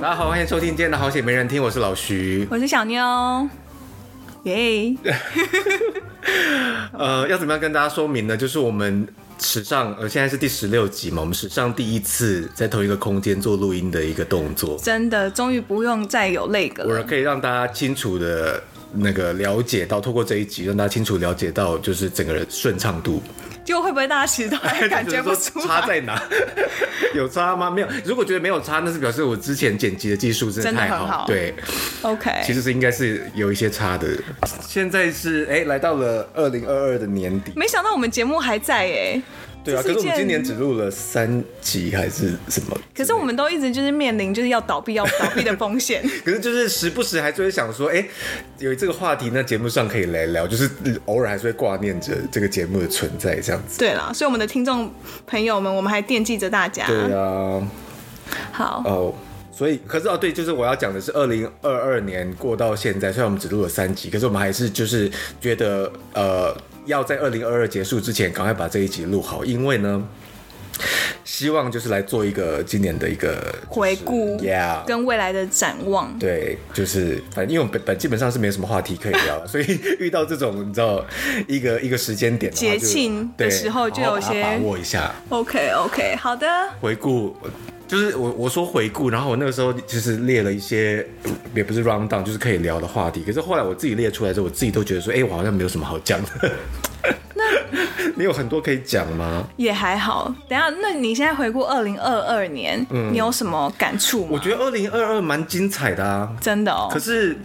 欢迎收听今天的好险没人听，我是老 徐。我是小妞， 耶、呃，要怎么样跟大家说明呢？就是我们史上呃现在是第十六集嘛，我们史上第一次在同一个空间做录音的一个动作，真的终于不用再有那个我了。可以让大家清楚的那个了解到，透过这一集让大家清楚了解到，就是整个人顺畅度。结果会不会大家其实都还 感觉不 出哎就是说差来？在哪？有差吗？没有。如果觉得没有差，那是表示我之前剪辑的技术真的真的太很好对， OK，其实是应该是有一些差的。现在是哎、来到了二零二二的年底，没想到我们节目还在哎、对啊。这可是一是我们件今年只录了三集还是什么？可是我们都一直就是面临就是要倒闭要倒闭的风 险，可是就是时不时还是会想说，哎、有这个话题，那节目上可以来聊，就是偶尔还是会挂念着这个节目的存在这样子。对啦，所以我们的听众朋友们，我们还惦记着大家。对啊。好，哦，所以可是哦，对，就是我要讲的是，二零二二年过到现在，虽然我们只录了三集，可是我们还是就是觉得呃，要在二零二二结束之前，赶快把这一集录好，因为呢。希望就是来做一个今年的一个就是回顾，Yeah，跟未来的展望，对，就是反正因为我们本本基本上是没什么话题可以聊，所以遇到这种你知道一个一个时间点的话就节庆的对时候就好好有把它些把握一下， OK OK，好的，回顾，就是我我说回顾，然后我那个时候就是列了一些，呃也不是 round down，就是可以聊的话题。可是后来我自己列出来之后，我自己都觉得说，哎、我好像没有什么好讲的。 你有很多可以讲吗？也还好。等一下，那你现在回顾二零二二年，你有什么感触吗？嗯我觉得二零二二蛮精彩的啊，真的哦可，是。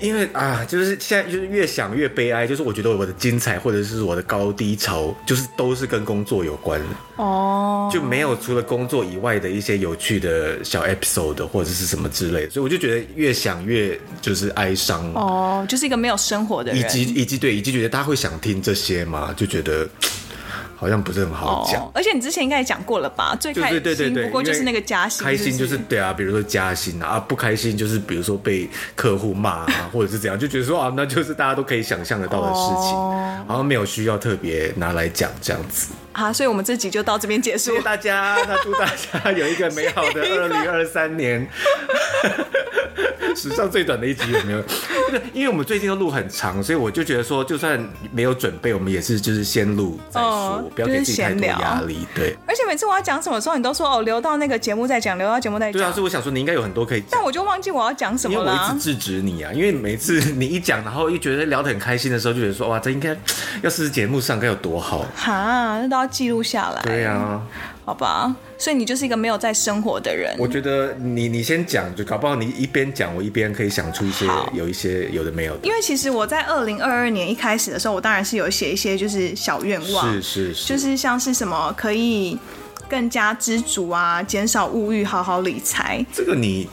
因为啊，就是现在就是越想越悲哀，就是我觉得我的精彩或者是我的高低潮，就是都是跟工作有关。哦，就没有除了工作以外的一些有趣的小 episode 或者是什么之类的，所以我就觉得越想越就是哀伤，哦，就是一个没有生活的以人。及以及对以及觉得大家会想听这些嘛，就觉得好像不是很好讲。哦，而且你之前应该也讲过了吧？最对开对对对心对，不过就因是为那个加薪，开心就就是对啊，比如说加薪啊，啊不开心就是比如说被客户骂啊， 或者是怎样，就觉得说啊，那就是大家都可以想象得到的事情，哦然后没有需要特别拿来讲这样 子。啊，所以我们这集就到这边结束谢谢。大家，那祝大家有一个美好 的二零二三年。 史上最短的一集有没 有？因为因为我们最近都录很长，所以我就觉得说，就算没有准备，我们也是就是先录再说，嗯不要给自己太多就是闲聊压力。对而且每次我要讲什么时候，你都说哦，留到那个节目再讲，留到节目再对啊，讲所。以我想说，你应该有很多可以但讲。我就忘记我要讲什因么为了我一啊直。制止你啊，因为每次 你一讲，然后又觉得聊得很开心的时候，就觉得说哇，这应该 要是节目上该有多好。哈，那都要记录下来。对啊，好吧，所以你就是一个没有在生活的人。我觉得你你先讲，就搞不好你一边讲，我一边可以想出一些好有一些有的没有的。因为其实我在二零二二年一开始的时候，我当然是有写一些就是小愿望，是是是，就是像是什么可以更加知足啊，减少物欲，好好理财，这个你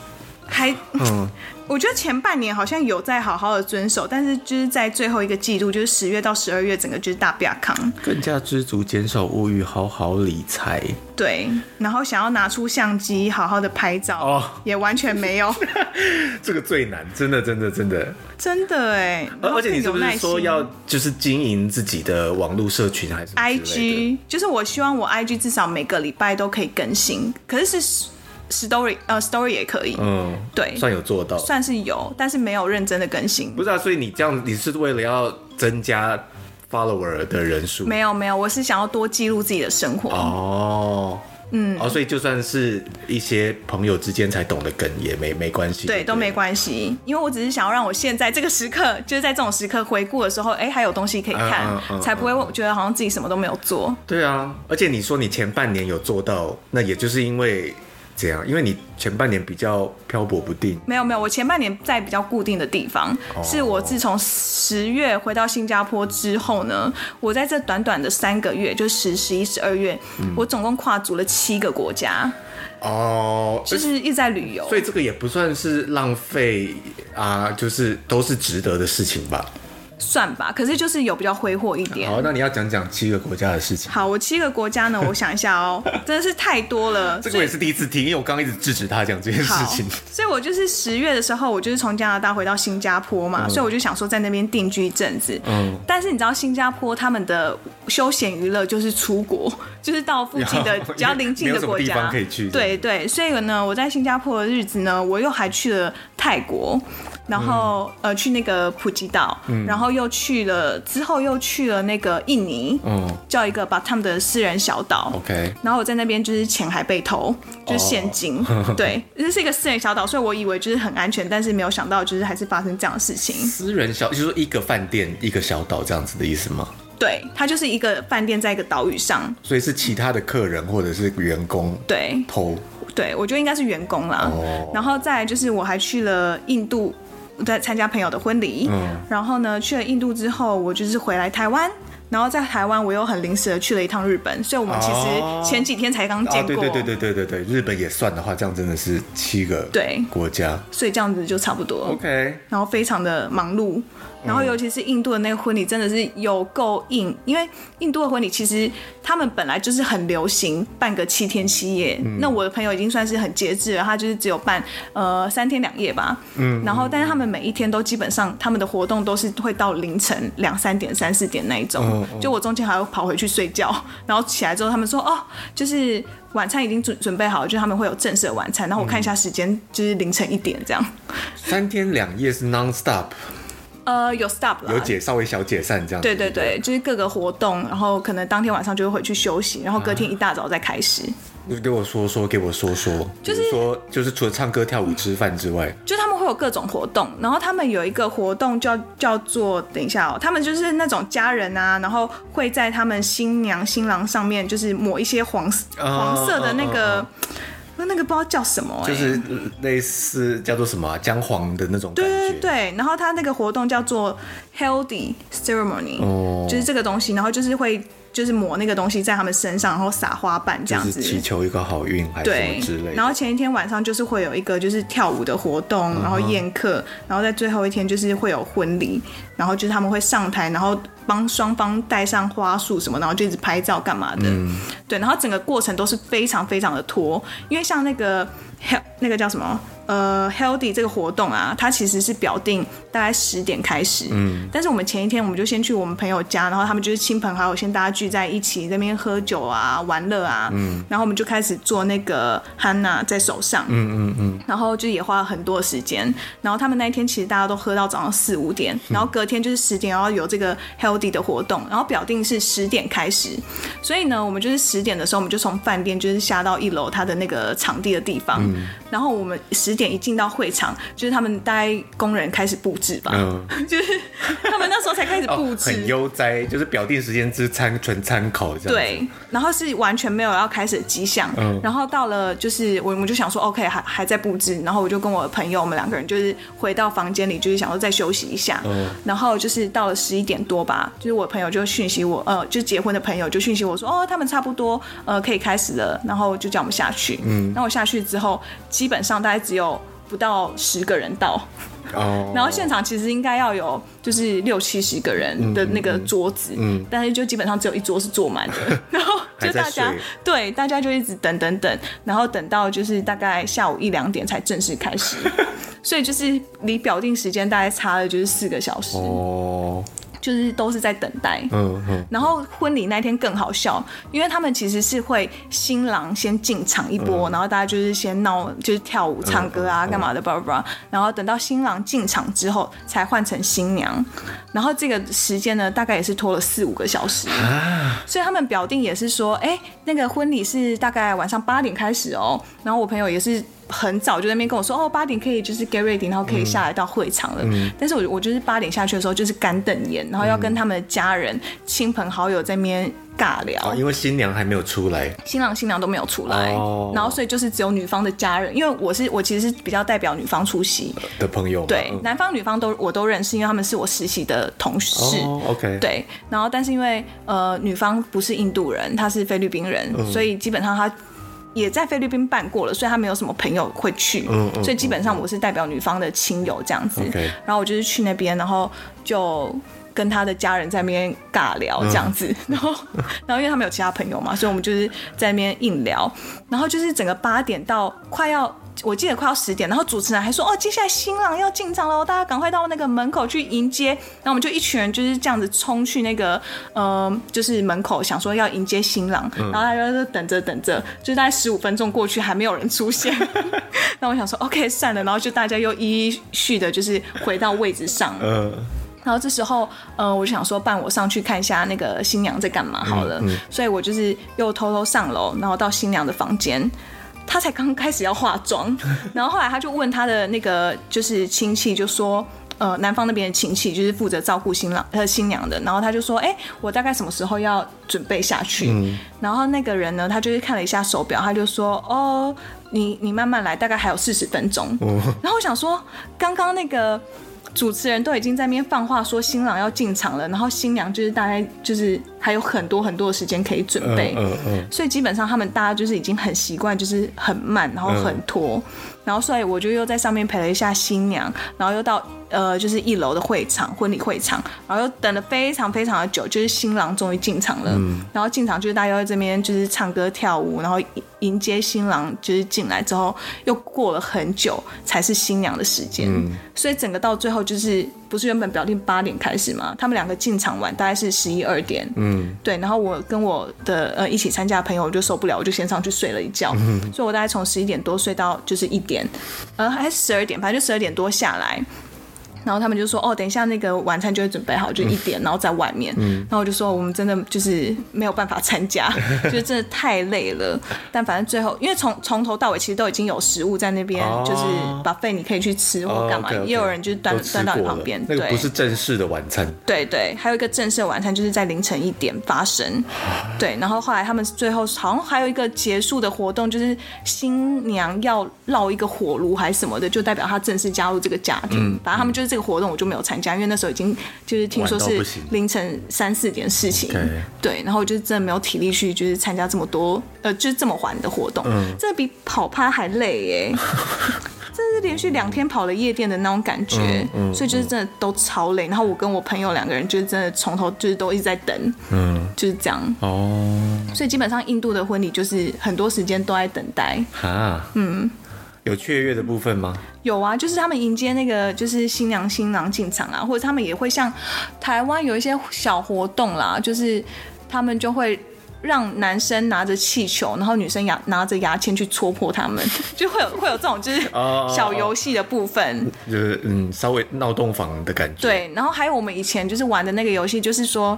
还 嗯，我觉得前半年好像有在好好的遵守，但是就是在最后一个季度，就是十月到十二月，整个就是大变康。更加知足，减少物欲，好好理财。对，然后想要拿出相机好好的拍照，哦也完全没有，这个最难，真的真的真的。真的哎。而然 后而且你是不更有耐是心说要就是经营自己的网络社群还是什么之类的 IG？就是我希望我 IG 至少每个礼拜都可以更新，可是是 story 呃 story 也可以，嗯，对算有做到。算是有，但是没有认真的更新不。是啊，所以你这样你是为了要增加 follower 的人数？没有没有，我是想要多记录自己的生活。哦。嗯，哦，所以就算是一些朋友之间才懂的梗也没没关系，对，都没关系，因为我只是想要让我现在这个时刻， 就是在这种时刻回顾的时候，哎、还有东西可以看，嗯嗯嗯才不会觉得好像自己什么都没有做。对啊，而且你说你前半年有做到，那也就是因为这样，因为你前半年比较漂泊不定。没有没有，我前半年在比较固定的地方，哦是我自从十月回到新加坡之后呢，我在这短短的三个月，就十、十一、十二月，嗯我总共跨足了七个国家，哦，就是一直在旅游所。以这个也不算是浪费啊，就是都是值得的事情吧。算吧。可是就是有比较挥霍一点。好，那你要讲讲七个国家的事情。好，我七个国家呢，我想一 下哦，真的是太多了。这个我也是第一次听，因为我刚刚一直制止他讲这件事好情。，所以我就是十月的时候，我就是从加拿大回到新加坡嘛，所以我就想说在那边定居一阵子。嗯但是你知道新加坡他们的休闲娱乐就是出国， 就是到附近的有比较邻哦近没有的什么国地家方可以去对对，所以呢，我在新加坡的日子呢，我又还去了泰国。然后、嗯呃，去那个普吉岛，然后又去了，之后又去了那个印尼，嗯叫一个把他们的私人小岛。 ，OK，然后我在那边就是钱还被偷，就是哦 现金，对，这是一个私人小岛，所以我以为就是很安全，但是没有想到就是还是发生这样的事情。私人小就是说一个饭店一个小岛这样子的意思吗？对，它就是一个饭店在一个岛屿上，所以是其他的客人或者是员工对偷对，我觉得应该是员工啦。哦然后再来就是我还去了印度，在参加朋友的婚礼，嗯然后呢去了印度之后，我就是回来台湾。然后在台湾，我又很临时的去了一趟日本，所以我们其哦实前几天才刚见啊？对过，对对对对对对，日本也算的话，这样真的是七个对国家。所以这样子就差不多。 OK，然后非常的忙碌，然后尤其是印度的那个婚礼真的是有够硬，因为印度的婚礼其实他们本来就是很流行办个七天七夜，那我的朋友已经算是很节制了，他就是只有办呃三天两夜吧，嗯，然后但是他们每一天都基本上他们的活动都是会到凌晨两三点三四点那一种，嗯嗯就我中间还要跑回去睡觉，然后起来之后他们说哦就是。晚餐已经准准备好了，就是他们会有正式的晚餐，然后我看一下时间，就是凌晨一点这样。三天两夜是 non stop，呃，有 stop 啦，有解稍微小解散这样子。对对对，就是各个活动，然后可能当天晚上就会回去休息，然后隔天嗯一大早再开始。你给我说说，给我说说，就是比如说，就是除了唱歌、跳舞、吃饭之外，就他们会有各种活动，然后他们有一个活动叫叫做，等一下哦，他们就是那种家人啊，然后会在他们新娘新郎上面就是抹一些黄色哦黄色的那哦个，那个不知道叫什么、哎就是类似叫做什么啊、姜黄的那种感对觉。对对，然后他那个活动叫做 Healthy Ceremony，、哦就是这个东西，然后就是会就是抹那个东西在他们身上，然后撒花瓣这样就是子，祈求一个好运还是什对么之类，然的。后前一天晚上就是会有一个就是跳舞的活嗯动，然后宴客，然后在最后一天就是会有婚礼，然后就是他们会上台，然后帮双方戴上花束什么，然后就一直拍照干嘛的。嗯对，然后整个过程都是非常非常的拖，因为像那个 he 那个叫什么？呃，healthy 这个活动啊，它其实是表定大概十点开始，嗯，但是我们前一天我们就先去我们朋友家，然后他们就是亲朋好友，先大家聚在一起在那边喝酒啊、玩乐啊，嗯，然后我们就开始做那个 Hanna 在手上，嗯嗯嗯，然后就也花了很多的时间，然后他们那一天其实大家都喝到早上四五点，嗯然后隔天就是十点，然后有这个 healthy 的活动，然后表定是十点开始，所以呢，我们就是十点的时候，我们就从饭店就是下到一楼它的那个场地的地方，嗯然后我们十点一进到会场，就是他们大概工人开始布置吧，嗯，就是他们那时候才开始布哦，置，很悠哉，就是表定时间之参纯参考这样。，对，然后是完全没有要开始的迹象。嗯然后到了就是我们就想说 OK 还还在布置，然后我就跟我的朋友我们两个人就是回到房间里，就是想说再休息一下。嗯然后就是到了十一点多吧，就是我朋友就讯息我，呃，就结婚的朋友就讯息我说哦，他们差不多呃可以开始了，然后就叫我们下去。嗯，那我下去之后，基本上大概只有不到十个人到。哦，然后现场其实应该要有就是六七十个嗯人的那个桌子，但是就基本上只有一桌是坐满 的，然后就大家还在睡对大家就一直等等等，然后等到就是大概下午一两点才正式 开始，所以就是离表定时间大概差了就是四个小时，哦，就是都是在等待。嗯嗯，然后婚礼那天更好笑，因为他们其实是会新郎先进场一波，然后大家就是先闹，就是跳舞、唱歌啊、干嘛的，叭叭叭。然后等到新郎进场之后，才换成新娘。然后这个时间呢，大概也是拖了四五个小时。所以他们表定也是说，哎、那个婚礼是大概晚上八点开始哦。然后我朋友也是很早就在那边跟我说，哦，八点可以就是 get ready，然后可以下来到会场了。嗯但是我我就是八点下去的时候就是干瞪眼，然后要跟他们的家人、亲朋好友在那边尬聊。哦，因为新娘还没有出来，新郎新娘都没有出来，哦然后所以就是只有女方的家人，因为我是我其实是比较代表女方出席，的朋友嘛对，嗯男方女方都我都认识，因为他们是我实习的同事。哦，OK，，对，然后但是因为呃女方不是印度人，她是菲律宾人，嗯所以基本上她也在菲律宾办过了，所以她没有什么朋友会去，嗯嗯所以基本上我是代表女方的亲友这样子。 OK 然后我就是去那边，然后就。跟他的家人在那边尬聊这样子，然后然后因为他们有其他朋友嘛，所以我们就是在那边硬聊，然后就是整个八点到快要。我记得快要十点，然后主持人还说：“哦，接下来新郎要进场喽，大家赶快到那个门口去迎接。”然后我们就一群人就是这样子冲去那个，呃，就是门口想说要迎接新郎，然后大家就等着等着，就大概十五分钟过去还没有人出现。 那我想说 OK 算了，然后就大家又依序的就是回到位置上，嗯，然后这时候，呃，我就想说伴我上去看一下那个新娘在干嘛好了，所以我就是又偷偷上楼，然后到新娘的房间。她才刚开始要化妆，然后后来她就问她的那个就是亲戚，就说，呃，男方那边的亲戚就是负责照顾新郎呃新娘的，然后她就说，哎、我大概什么时候要准备下去？然后那个人呢，他就是看了一下手表，他就说，哦，你你慢慢来，大概还有四十分钟。然后我想说，刚刚那个主持人都已经在那边放话说新郎要进场了，然后新娘就是大概就是还有很多很多的时间可以准备，嗯嗯所以基本上他们大家就是已经很习惯，就是很慢，然后很嗯拖，然后所以我就又在上面陪了一下新娘，然后又到呃就是一楼的会场婚礼会场，然后又等了非常非常的久，就是新郎终于进场了，嗯然后进场就是大家在这边就是唱歌跳舞，然后迎迎接新郎就是进来之后，又过了很久才是新娘的时间，所以整个到最后就是不是原本表定八点开始嘛，他们两个进场晚大概是十一二点，嗯，对，然后我跟我的呃一起参加的朋友我就受不了，我就先上去睡了一觉，所以我大概从十一点多睡到就是一点，呃还是十二点，反正就十二点多下来。然后他们就说：“哦，等一下那个晚餐就会准备好，嗯就一点，然后在外面。然后我就说：“我们真的就是没有办法参 加，就是真的太累了。但反正最后，因为从从头到尾其实都已经有食物在那边，哦就是把费你可以去吃或干哦嘛，，OK，OK 也有人就是端都吃端到你过旁了边。那个对不是正式的晚餐，对对，还有一个正式的晚餐就是在凌晨一点发生，对，然后后来他们最后好像还有一个结束的活动，就是新娘要烙一个火炉还是什么的，就代表她正式加入这个家庭。嗯反正他们就是这个活动我就没有参加，因为那时候已经就是听说晚到是不行凌晨三四点事情 OK，对，然后我就真的没有体力去就是参加这么多呃就是这么晚的活动，嗯这比跑趴还累耶。 真是连续两天跑了夜店的那种感觉，嗯所以就是真的都超累。然后我跟我朋友两个人就是真的从头就是都一直在等，嗯，就是这样。哦，所以基本上印度的婚礼就是很多时间都在等待。哈，嗯，有雀跃的部分吗？有啊，就是他们迎接那个就是新娘新郎进场啊，或者他们也会像台湾有一些小活动啦，就是他们就会。让男生拿着气球，然后女生牙拿着牙签去戳破他们， 就会有会有这种就是哦哦哦小游戏的部分。就是嗯，稍微闹洞房的感觉，，对，然后还有我们以前就是玩的那个游戏，就是说。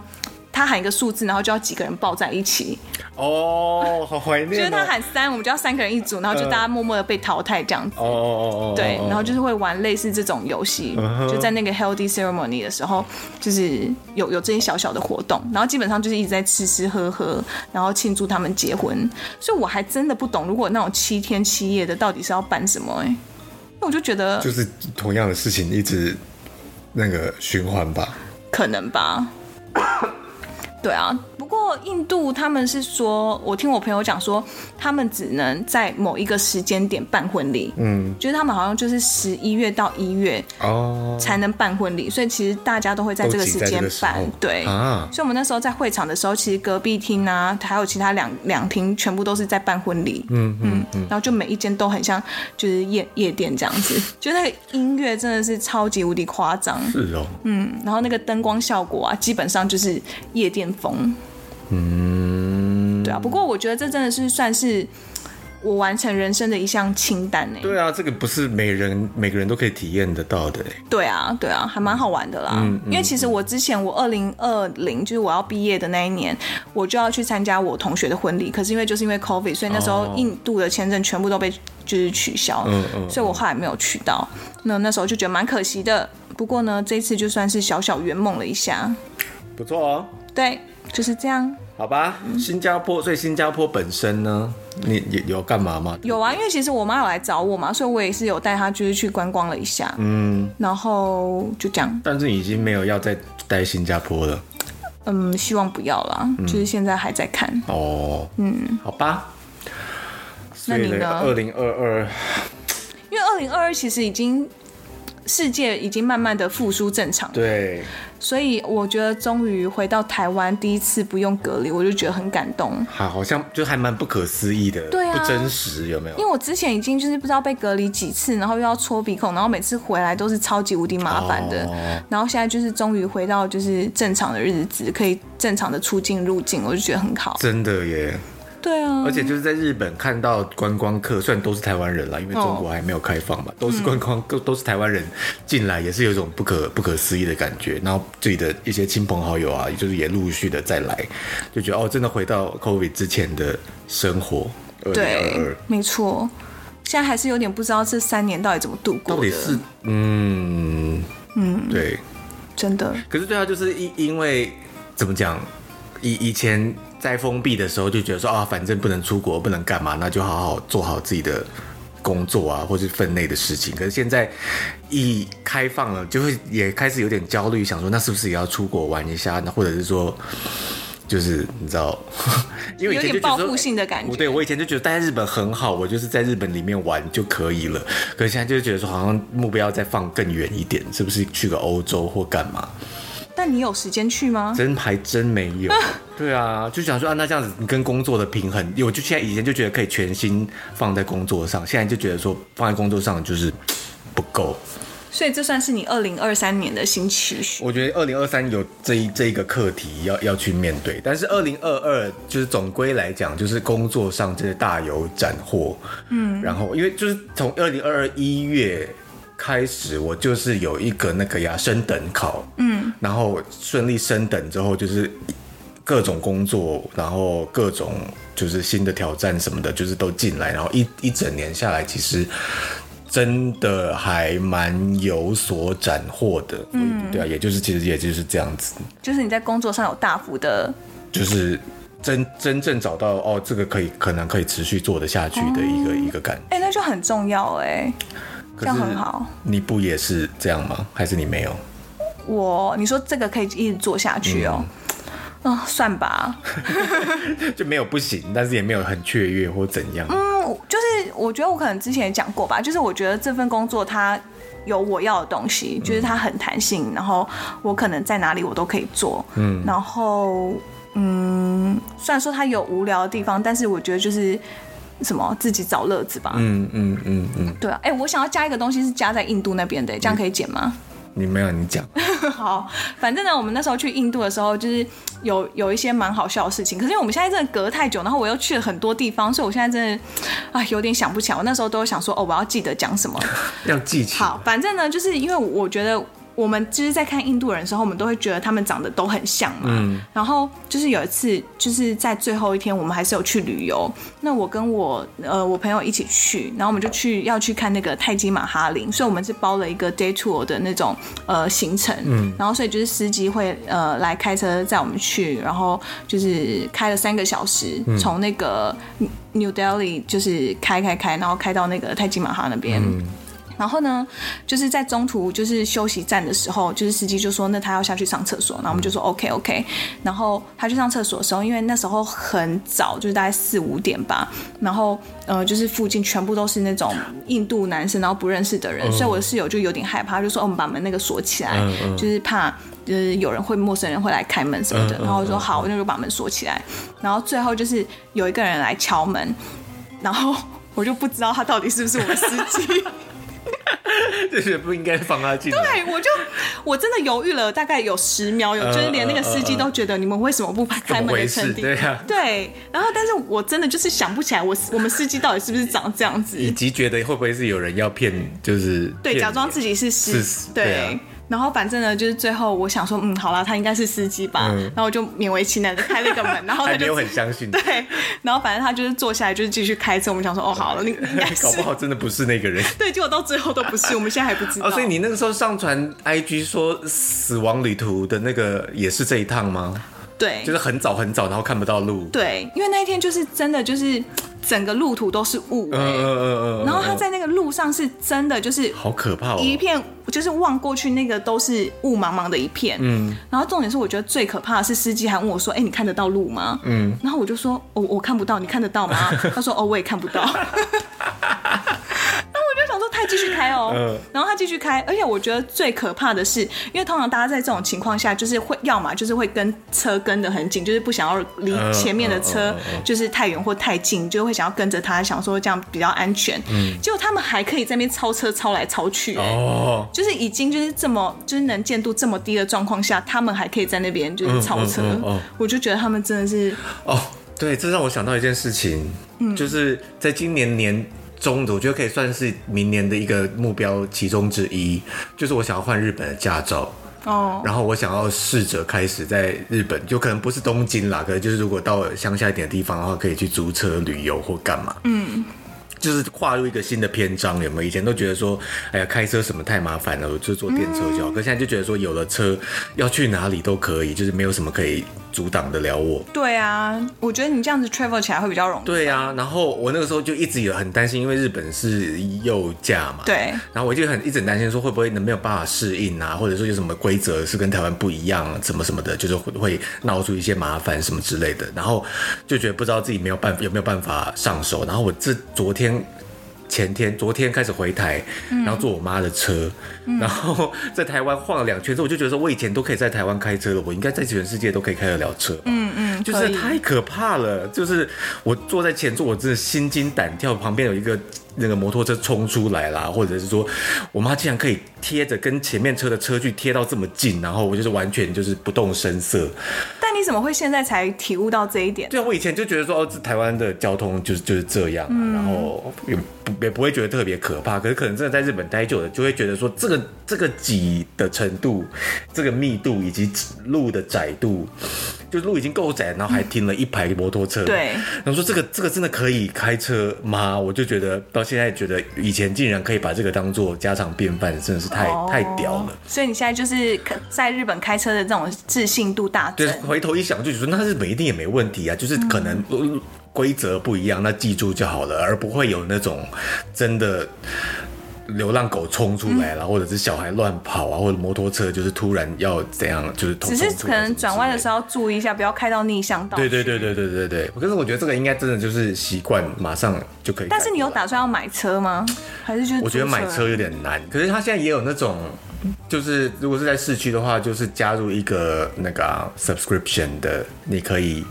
他喊一个数字，然后就要几个人抱在一起。哦，好怀就念、哦，是他喊三，我们就要三个人一组，然后就大家默默的被淘汰这样子。哦，哦哦哦哦，对，然后就是是会玩类似这种游戏嗯哼就在那个 healthy ceremony 的时候，就是有有这些小小的活动，然后基本上就是一直在吃吃喝喝，然后庆祝他们结婚。所以我还真的不懂，如果那种七天七夜的，到底是要办什么、哎，那我就觉得就是同样的事情一直那个循环吧，可能吧。 对啊，不过印度他们是说，我听我朋友讲说，他们只能在某一个时间点办婚礼，嗯，就是他们好像就是十一月到一月哦，才能办婚礼，所以其实大家都会在这个时间都挤在办这个时候，对啊所以我们那时候在会场的时候，其实隔壁厅啊，还有其他两两厅全部都是在办婚礼，嗯嗯然后就每一间都很像就是夜夜店这样子，就那个音乐真的是超级无敌夸张，是哦，嗯，然后那个灯光效果啊，基本上就是夜店风。嗯，对啊，不过我觉得这真的是算是我完成人生的一项清单欸呢、对啊，这个不是每人每个人都可以体验得到的，欸对啊，对啊，还蛮好玩的啦。嗯因为其实我之前我二零二零就是我要毕业的那一年，我就要去参加我同学的婚礼，可是因为就是因为 COVID，所以那时候哦印度的签证全部都被就是取消，嗯嗯所以我后来没有去到。那那时候就觉得蛮可惜的。不过呢，这次就算是小小圆梦了一下。不错哦。对，就是这样。好吧，新加坡，所以新加坡本身呢，你有有干嘛吗？有啊，因为其实我妈有来找我嘛，所以我也是有带她就是去观光了一下，嗯，然后就这样，但是已经没有要再待新加坡了嗯，希望不要啦，嗯就是现在还在看。哦。嗯，好吧。那你呢二零二二，因为二零二二其实已经世界已经慢慢的复苏正常，对，所以我觉得终于回到台湾第一次不用隔离，我就觉得很感动。好，好像就还蛮不可思议的，对啊不真实有没有？因为我之前已经就是不知道被隔离几次，然后又要戳鼻孔，然后每次回来都是超级无敌麻烦的。哦然后现在就是终于回到就是正常的日子，可以正常的出境入境，我就觉得很好。真的耶！对啊而，且就是在日本看到观光客，虽然都是台湾人啦，因为中国还没有开放嘛，都是观光，都都是台湾人进来，也是有一种不可不可思议的感觉。然后自己的一些亲朋好友啊，就是也陆续的再来，就觉得哦，真的回到 COVID 之前的生活。对2022，没错。现在还是有点不知道这三年到底怎么度过到的，底是嗯嗯对，真的可是对啊，就是因因为怎么讲，以以前在封闭的时候就觉得说啊，反正不能出国，不能干嘛，那就好好做好自己的工作啊，或是分内的事情。可是现在一开放了，就会也开始有点焦虑，想说那是不是也要出国玩一下？那或者是说。就是你知道， 因为以前就觉得有点报说复性的感觉我对我以前就觉得待在日本很好，我就是在日本里面玩就可以了。可是现在就觉得说，好像目标再放更远一点，是不是去个欧洲或干嘛？但你有时间去吗？真还真没有。 对啊，就想说啊，那这样子你跟工作的平衡，我就现在以前就觉得可以全心放在工作上，现在就觉得说放在工作上就是不够。所以这算是你二零二三年的新期许。我觉得二零二三有这一这一个课题要要去面对，但是二零二二就是总归来讲，就是工作上真的大有斩获。嗯，然后因为就是从二零二二一月。开始我就是有一个那个呀升等考，嗯，然后顺利升等之后，就是各种工作，然后各种就是新的挑战什么的，就是都进来，然后一一整年下来，其实真的还蛮有所斩获的。嗯，对啊，也就是其实也就是这样子，就是你在工作上有大幅的就是真真正找到哦，这个可以可能可以持续做得下去的一个、一个感觉。哎、那就很重要哎、可这样很好。你不也是这样吗？还是你没有？ 我，你说这个可以一直做下去哦。啊、算吧，就没有不行，但是也没有很雀跃或怎样。嗯，就是我觉得我可能之前也讲过吧，就是我觉得这份工作它有我要的东西，就是它很弹性，然后我可能在哪里我都可以做，嗯，然后嗯，虽然说它有无聊的地方，但是我觉得就是什么自己找乐子吧，嗯嗯嗯嗯，对啊，哎、我想要加一个东西是加在印度那边的，这样可以减吗？你没有你 讲。好，反正呢，我们那时候去印度的时候，就是有有一些蛮好笑的事情。可是因为我们现在真的隔太久，然后我又去了很多地方，所以我现在真的啊有点想不起来。我那时候都想说，哦，我要记得讲什么。要记起，好，反正呢，就是因为我觉得。我们就是在看印度人的时候，我们都会觉得他们长得都很像嘛。然后就是有一次，就是在最后一天，我们还是有去旅游。那我跟我呃我朋友一起去，然后我们就去要去看那个泰姬玛哈林，所以我们是包了一个 day tour 的那种呃行程。然后所以就是司机会呃来开车载我们去，然后就是开了三个小时，从那个 New Delhi 就是开开开，然后开到那个泰姬玛哈那边。然后呢，就是在中途就是休息站的时候，就是司机就说那他要下去上厕所，然后我们嗯就说 OK OK。然后他去上厕所的时候，因为那时候很早，就是大概四五点吧，然后呃就是附近全部都是那种印度男生，然后不认识的嗯人，所以我的室友就有点害怕，就说、哦、我们把门那个锁起来，嗯就是怕。就是有人会陌生人会来开门什么的，嗯嗯然后我说好，那就把门锁起来。然后最后就是有一个人来敲门，然后我就不知道他到底是不是我们司机。就是不应该放他进来。哎对，我就我真的犹豫了大概有十秒，有呃就是连那个司机都觉得你们为什么不开怎门的么称回事帝？对啊对然后但是我真的就是想不起来我我们司机到底是不是长这样子，以及觉得会不会是有人要骗，就是对，骗假装自己是司是对。对啊然后反正呢，就是最后我想说，嗯，好啦，他应该是司机吧，嗯然后我就勉为其难的开了一个门，然后他还没有就很相信， 对，然后反正他就是坐下来，就是继续开车。我们想说，哦，好了，你你应该是搞不好真的不是那个 人。对，结果到最后都不是，我们现在还不知道。哦，所以你那个时候上传 IG 说死亡旅途的那个也是这一趟吗？对，就是很早很早，然后看不到路。哎对，因为那一天就是真的就是整个路途都是雾、欸嗯，嗯嗯嗯嗯。然后他在那个路上是真的就是好可怕哦！一片，就是望过去那个都是雾茫茫的一片，嗯，然后重点是我觉得最可怕的是司机还问我说，哎、你看得到路吗？嗯，然后我就说，哦，我看不到，你看得到吗？他说，哦，我也看不到。那我就想说太他继续开哦，嗯然后他继续开，而且我觉得最可怕的是，因为通常大家在这种情况下，就是会要么就是会跟车跟得很紧，就是不想要离嗯前面的车嗯嗯嗯就是太远或太近，就会想要跟着他，想说这样比较安全。结果他们还可以在那边超车超来超去、哎嗯哦，就是已经就是这么就是能见度这么低的状况下，他们还可以在那边就是超车，嗯嗯嗯嗯我就觉得他们真的是哦，对，这让我想到一件事情，就是在今年年中的，我觉得可以算是明年的一个目标其中之一，就是我想要换日本的驾照。哦，然后我想要试着开始在日本，就可能不是东京啦，可能就是如果到了乡下一点的地方的话，可以去租车旅游或干嘛。嗯。就是跨入一个新的篇章，有没有？以前都觉得说，哎呀，开车什么太麻烦了，我就坐电车就好。可现在就觉得说，有了车，要去哪里都可以，就是没有什么可以阻挡得了我。对啊，我觉得你这样子 travel 起来会比较容易。对啊，然后我那个时候就一直有很担心，因为日本是右驾嘛，对然后我就很一直很担心说会不会能没有办法适应啊，或者说有什么规则是跟台湾不一样，什么什么的，就是会会闹出一些麻烦什么之类的，然后就觉得不知道自己没有办有没有办法上手，然后我这昨天。前天、昨天开始回台，然后坐我妈的车，然后在台湾晃了两圈之后，我就觉得说，我以前都可以在台湾开车了，我应该在全世界都可以开得了车吧。嗯嗯，就可是以太可怕了。就是我坐在前座，我真的心惊胆跳，旁边有一个那个摩托车冲出来啦，或者是说我妈竟然可以贴着跟前面车的车距贴到这么近，然后我就是完全就是不动声色。但你怎么会现在才体悟到这一点？对啊，我以前就觉得说，哦，这台湾的交通就是就是这样、啊，然后也不也不会觉得特别可怕。可是可能真的在日本待久了，就会觉得说，这个这个挤的程度、这个密度以及路的窄度，就路已经够窄，然后还停了一排摩托车。对然后说这个这个真的可以开车吗？我就觉得到现在觉得以前竟然可以把这个当做家常便饭，真的是太、哦太屌了。所以你现在就是在日本开车的这种自信度大对，增。回头一想就觉得那日本一定也没问题啊，就是可能嗯呃规则不一样，那记住就好了，而不会有那种真的。流浪狗冲出来嗯了，或者是小孩乱跑啊，或者摩托车就是突然要怎样，就是只是可能转弯的时候。候要注意一下，不要开到逆向道。对对对对对对对。可是我觉得这个应该真的就是习惯，马上就可以改过来。但是你有打算要买车吗？还是就是我觉得租买车有点难，可是他现在也有那种，就是如果是在市区的话，就是加入一个那个啊、subscription 的，你可以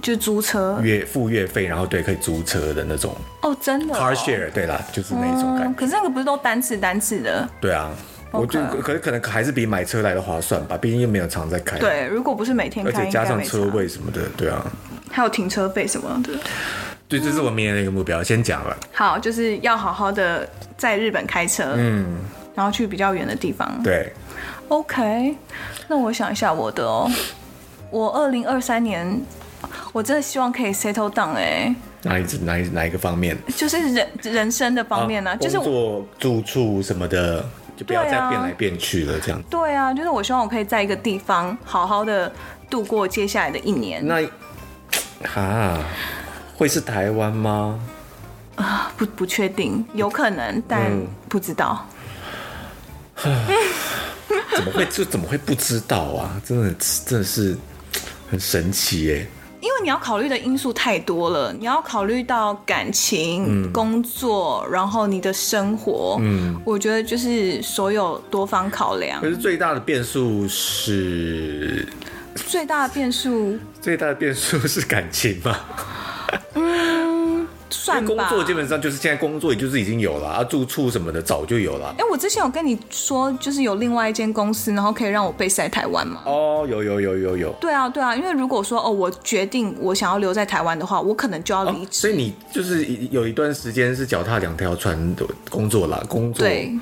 就是租车月付月费，然后对可以租车的那种哦，真的哦、 car share，对啦，就是那一种感嗯觉。可是那个不是都单次单次的？对啊，我就 OK 可是可能还是比买车来的划算吧，毕竟又没有常在开，，对，如果不是每天开，而且加应上该没车差，位什么的，对啊，还有停车费什么的。对，这是我明年的一个目标，先讲了。好，就是要好好的在日本开车，嗯，然后去比较远的地方。对， OK，那我想一下我的哦，我二零二三年，我真的希望可以 settle down 哎、哪一哪一哪一个方面？就是人人生的方面呢、啊就是工我。作住处什么的，就不要对再啊变来变去了，这样。对啊，就是我希望我可以在一个地方好好的度过接下来的一年。那哈会是台湾吗？不不确定，有可嗯能，但不知道。怎么会就怎么会不知道啊？真的真的是很神奇耶、因为你要考虑的因素太多了，你要考虑到感情、嗯工作，然后你的生活，嗯，我觉得就是所有多方考量可，是最大的变数是最大的变数最大的变数是感情吧？算工吧。作基本上就是现在工作也就是已经有了啊，住处什么的早就有了。哎、我之前有跟你说，就是有另外一间公司，然后可以让我备赛台湾吗？哦，有有有有有。对啊，对啊，因为如果说哦，我决定我想要留在台湾的话，我可能就要离哦、所职。以你就是有一段时间是脚踏两条船的工作啦，工作对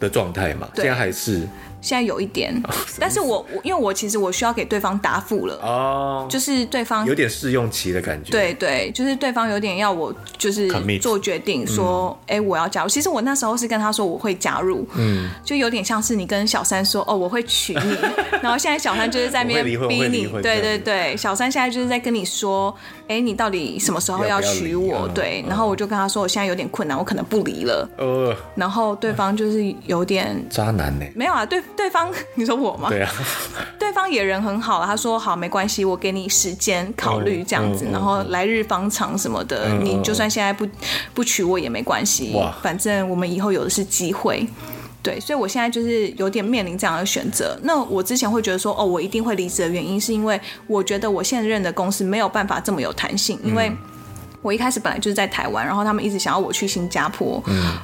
的状态嘛，对现在还是现在有一点，哦但是我我因为我其实我需要给对方答复了，哦，就是对方有点试用期的感觉。对对，就是对方有点要我就是 Commit 嗯做决定说，哎、我要加入。其实我那时候是跟他说我会加入，嗯，就有点像是你跟小三说哦我会娶你， 然后现在小三就是在那我会离边婚逼我会你离，婚对这对样子对，小三现在就是在跟你说，哎，你到底什么时候要不要娶离我？嗯对，然后我就跟他说我现在有点困难，我可能不离了。呃，然后对方就是有点渣男呢、欸没有啊，对对方，你说我吗？对啊， 对方也人很好了，他说好没关系，我给你时间考虑这样子，嗯嗯嗯然后来日方长什么的，嗯嗯你就算现在不不娶我也没关系哇，反正我们以后有的是机会。对，所以我现在就是有点面临这样的选择。那我之前会觉得说，哦，我一定会离职的原因，是因为我觉得我现任的公司没有办法这么有弹性，因为我一开始本来就是在台湾，然后他们一直想要我去新加坡，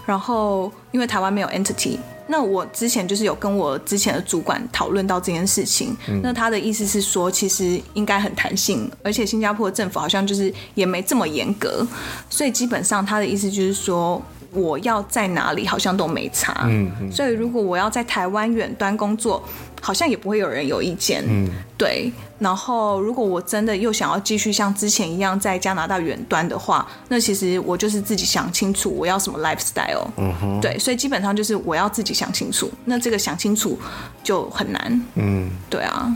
然后因为台湾没有 entity。那我之前就是有跟我之前的主管讨论到这件事情，那他的意思是说，其实应该很弹性，而且新加坡的政府好像就是也没这么严格，所以基本上他的意思就是说，我要在哪里好像都没差，所以如果我要在台湾远端工作，好像也不会有人有意见。嗯，对。然后如果我真的又想要继续像之前一样在加拿大远端的话，那其实我就是自己想清楚我要什么 lifestyle。嗯哼。对，所以基本上就是我要自己想清楚。那这个想清楚就很难。嗯，对啊，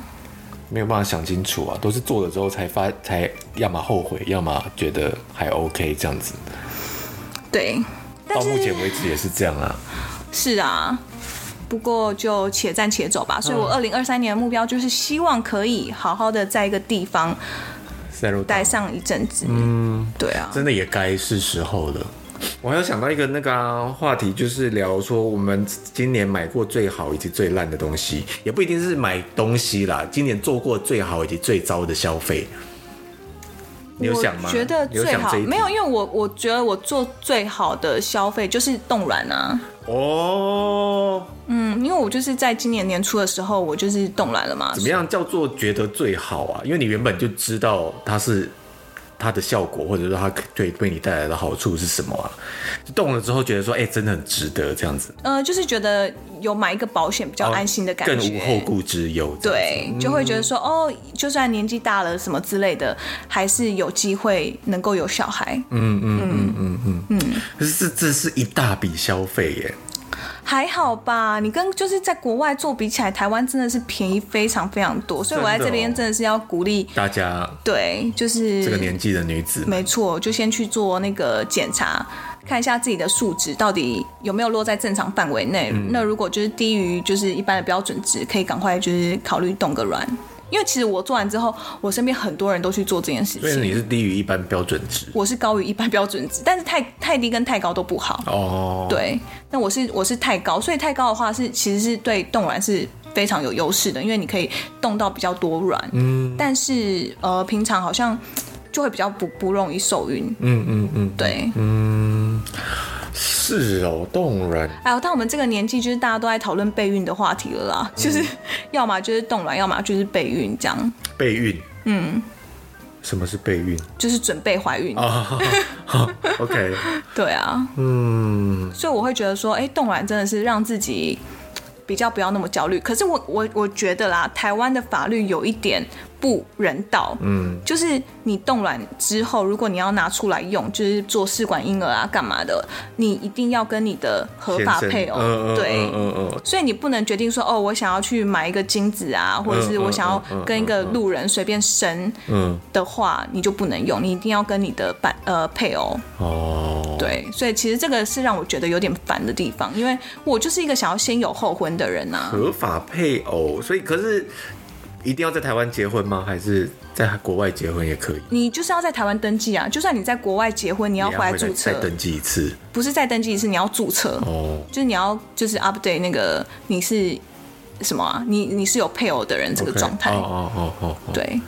没有办法想清楚啊，都是做了之后才发，才要么后悔，要么觉得还 OK 这样子。对。但到目是前为止也是这样啊。是啊。不过就且战且走吧，所以我二零二三年的目标就是希望可以好好的在一个地方塞入待上一阵子。嗯，对啊，真的也该是时候了。我还有想到一个那个啊、话题，就是聊说我们今年买过最好以及最烂的东西，也不一定是买东西啦，今年做过最好以及最糟的消费。你有想吗？我觉得你有最想好这一题没有，因为我我觉得我做最好的消费就是冻卵啊，哦。嗯，因为我就是在今年年初的时候，我就是冻卵了嘛怎，么样叫做觉得最好啊？因为你原本就知道它是它的效果，或者说它对对你带来的好处是什么啊？就动了之后觉得说，哎、真的很值得这样子，呃，就是觉得有买一个保险比较哦安心的感哦更觉，无后顾之忧。这样子，嗯对，就会觉得说哦，就算年纪大了什么之类的，还是有机会能够有小孩，嗯可是这这是一大笔消费耶，还好吧？你跟就是在国外做比起来，台湾真的是便宜非常非常多，所以我在真的这边哦真的是要鼓励，大家对，就是这个年纪的女子们，没错，就先去做那个检查，看一下自己的数值到底有没有落在正常范围内。那如果就是低于就是一般的标准值，可以赶快就是考虑冻个卵。因为其实我做完之后，我身边很多人都去做这件事所以情。你是低于一般标准值我是高于一般标准值，但是太太低跟太高都不好。哦。，对，那我是我是太高，所以太高的话是其实是对冻卵是非常有优势的，因为你可以冻到比较多卵。嗯，但是呃，平常好像就会比较不不容易受孕。嗯嗯嗯，对，是哦，动人哎呦，但我们这个年纪，就是大家都在讨论备孕的话题了嗯啦，就是要么就是冻卵，要么就是备孕，这样备孕，嗯，什么是备孕就是准备怀孕。啊、好？OK，对啊， 嗯，所以我会觉得说，哎、冻卵真的是让自己比较不要那么焦虑。可是我我我觉得啦，台湾的法律有一点不人道，嗯，就是你冻卵之后，如果你要拿出来用，就是做试管婴儿啊干嘛的，你一定要跟你的合法先生配偶、嗯嗯对。嗯嗯嗯嗯所以你不能决定说，哦，我想要去买一个精子啊，或者是我想要跟一个路人随便生嗯，的话，你就不能用，你一定要跟你的伴呃配偶。哦，，对，所以其实这个是让我觉得有点烦的地方，因为我就是一个想要先有后婚的人啊呐、合法配偶，所以可是一定要在台湾结婚吗？还是在国外结婚也可以？你就是要在台湾登记啊，就算你在国外结婚，你要你回要来回注再册，登记一次不是再登记一次，你要注册，哦。就是你要就是 update 那个你是什么啊？你你是有配偶的人这个 OK，状态。哦哦哦哦，哦，对，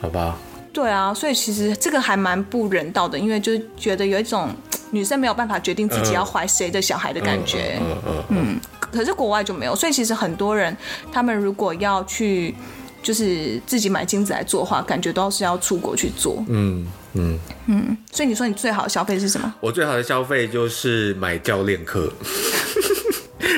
好吧，对啊，所以其实这个还蛮不人道的，因为就是觉得有一种女生没有办法决定自己要怀谁的小孩的感觉。嗯嗯嗯，可是国外就没有，所以其实很多人他们如果要去就是自己买精子来做的话，感觉都是要出国去做。嗯嗯嗯，所以你说你最好的消费是什么？我最好的消费就是买教练课，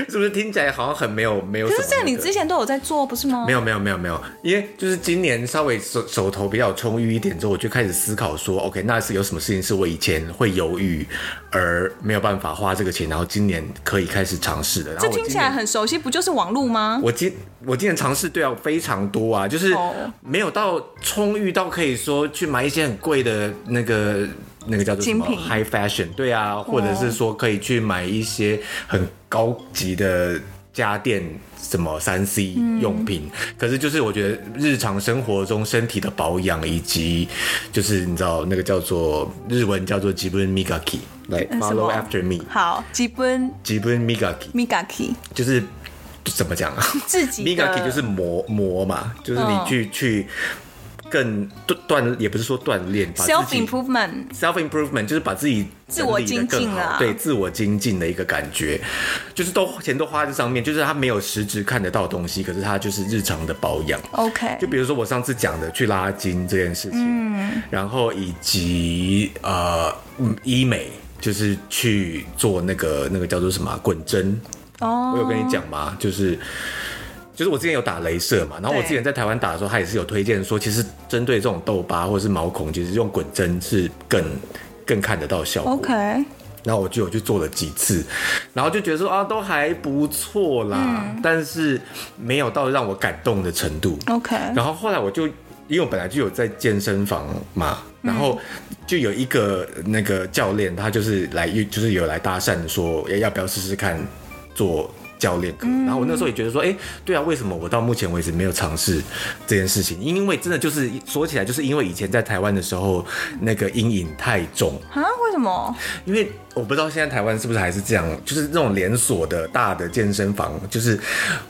是不是听起来好像很没有没有什么那可个？是这个你之前都有在做，不是吗？没有没有没有没有，因为就是今年稍微手手头比较充裕一点之后，我就开始思考说，OK，那是有什么事情是我以前会犹豫而没有办法花这个钱，然后今年可以开始尝试的。然后这我听今起来年很熟悉，不就是网路吗？我今我今年尝试对啊非常多啊，就是哦没有到充裕到可以说去买一些很贵的那个那个叫做什么精品哦 high fashion，对啊，或者是说可以去买一些很高级的。家电什么三 C 嗯用品，可是就是我觉得日常生活中身体的保养以及就是你知道那个叫做日文叫做吉本 migaki，来嗯什 follow 么 after me，好，基本吉本 migaki Migaki 就是怎么讲啊？自己 migaki 的就是磨磨嘛，就是你嗯去、去更锻锻也不是说锻炼，把 self 自己 improvement， self improvement 就是把自己自我精进整理得更啊好对自我精进的一个感觉，就是都钱都花在上面，就是他没有实质看得到的东西，可是他就是日常的保养。 OK，就比如说我上次讲的去拉筋这件事情，嗯然后以及呃嗯医美，就是去做那个那个叫做什么啊滚针，我有哦，跟你讲吗？就是。就是我之前有打镭射嘛，然后我对之前在台湾打的时候，他也是有推荐说，其实针对这种痘疤或者是毛孔，其实用滚针是更更看得到效果。 OK，然后我就有去做了几次，然后就觉得说啊，都还不错啦，嗯但是没有到让我感动的程度。 OK，然后后来我就，因为我本来就有在健身房嘛，然后就有一个那个教练，他就是来，就是有来搭讪说哎要要不要试试看做。教练课，然后我那时候也觉得说，哎、对啊，为什么我到目前为止没有尝试这件事情？因为真的就是说起来，就是因为以前在台湾的时候，那个阴影太重，啊，为什么？因为我不知道现在台湾是不是还是这样，就是那种连锁的大的健身房，就是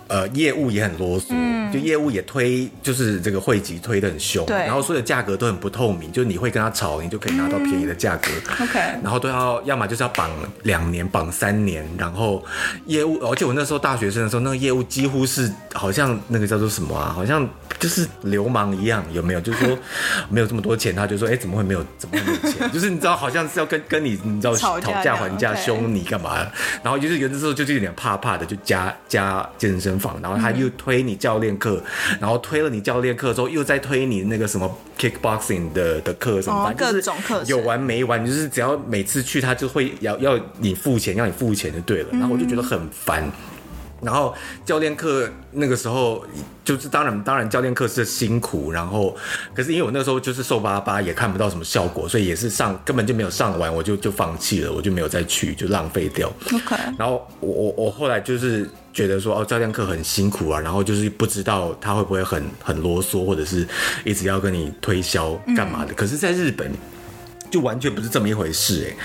呃业务也很啰嗦，就业务也推，就是这个汇集推的很凶，对然后所有的价格都很不透明，就是你会跟他吵，你就可以拿到便宜的价格。 OK 然后都要要么就是要绑两年、绑三年，然后业务，而且我那时候大学生的时候，那个业务几乎是好像那个叫做什么啊，好像就是流氓一样，有没有？就是 说没有这么多钱，他就说，哎、怎么会没有？怎么会没有钱？就是你知道，好像是要跟跟你你知道 吵架这架样还价、 OK 凶你干嘛？然后就是有的时候就是有点怕怕的，就加加健身房，然后他又推你教练课，然后推了你教练课之后，又再推你那个什么 kickboxing 的的课什么，哦反正就是各种课程有完没完，就是只要每次去他就会要要你付钱，要你付钱就对嗯了。然后我就觉得很烦。然后教练课那个时候就是当然当然教练课是辛苦，然后可是因为我那时候就是瘦巴巴也看不到什么效果，所以也是上根本就没有上完，我就就放弃了，我就没有再去，就浪费掉。 OK，然后我我我后来就是觉得说哦，教练课很辛苦啊，然后就是不知道他会不会很很啰嗦，或者是一直要跟你推销干嘛的。可是，在日本就完全不是这么一回事哎、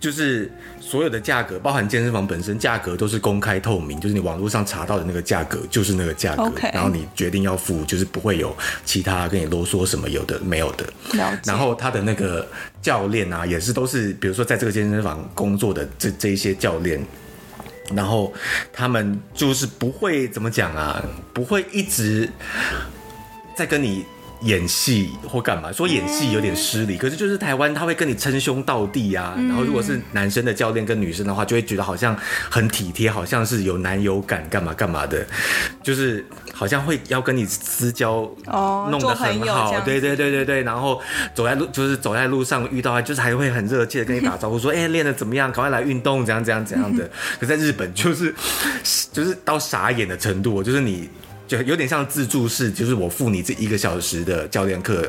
就是所有的价格，包含健身房本身价格都是公开透明，就是你网络上查到的那个价格就是那个价格 OK 然后你决定要付，就是不会有其他跟你啰嗦什么有的没有的。了解然后他的那个教练啊，也是都是比如说在这个健身房工作的这这一些教练。然后他们就是不会怎么讲啊，不会一直在跟你演戏或干嘛，说演戏有点失嗯礼，可是就是台湾他会跟你称兄道弟啊，然后如果是男生的教练跟女生的话，就会觉得好像很体贴，好像是有男友感，干嘛干嘛的，就是好像会要跟你私交哦弄做得朋很友好这，样对对对对对，然后走在路就是走在路上遇到他，就是还会很热切的跟你打招呼说，哎、练的怎么样？赶快来运动，怎样怎样怎 样的。可在日本就是就是到傻眼的程度，就是你就有点像自助式，就是我付你这一个小时的教练课。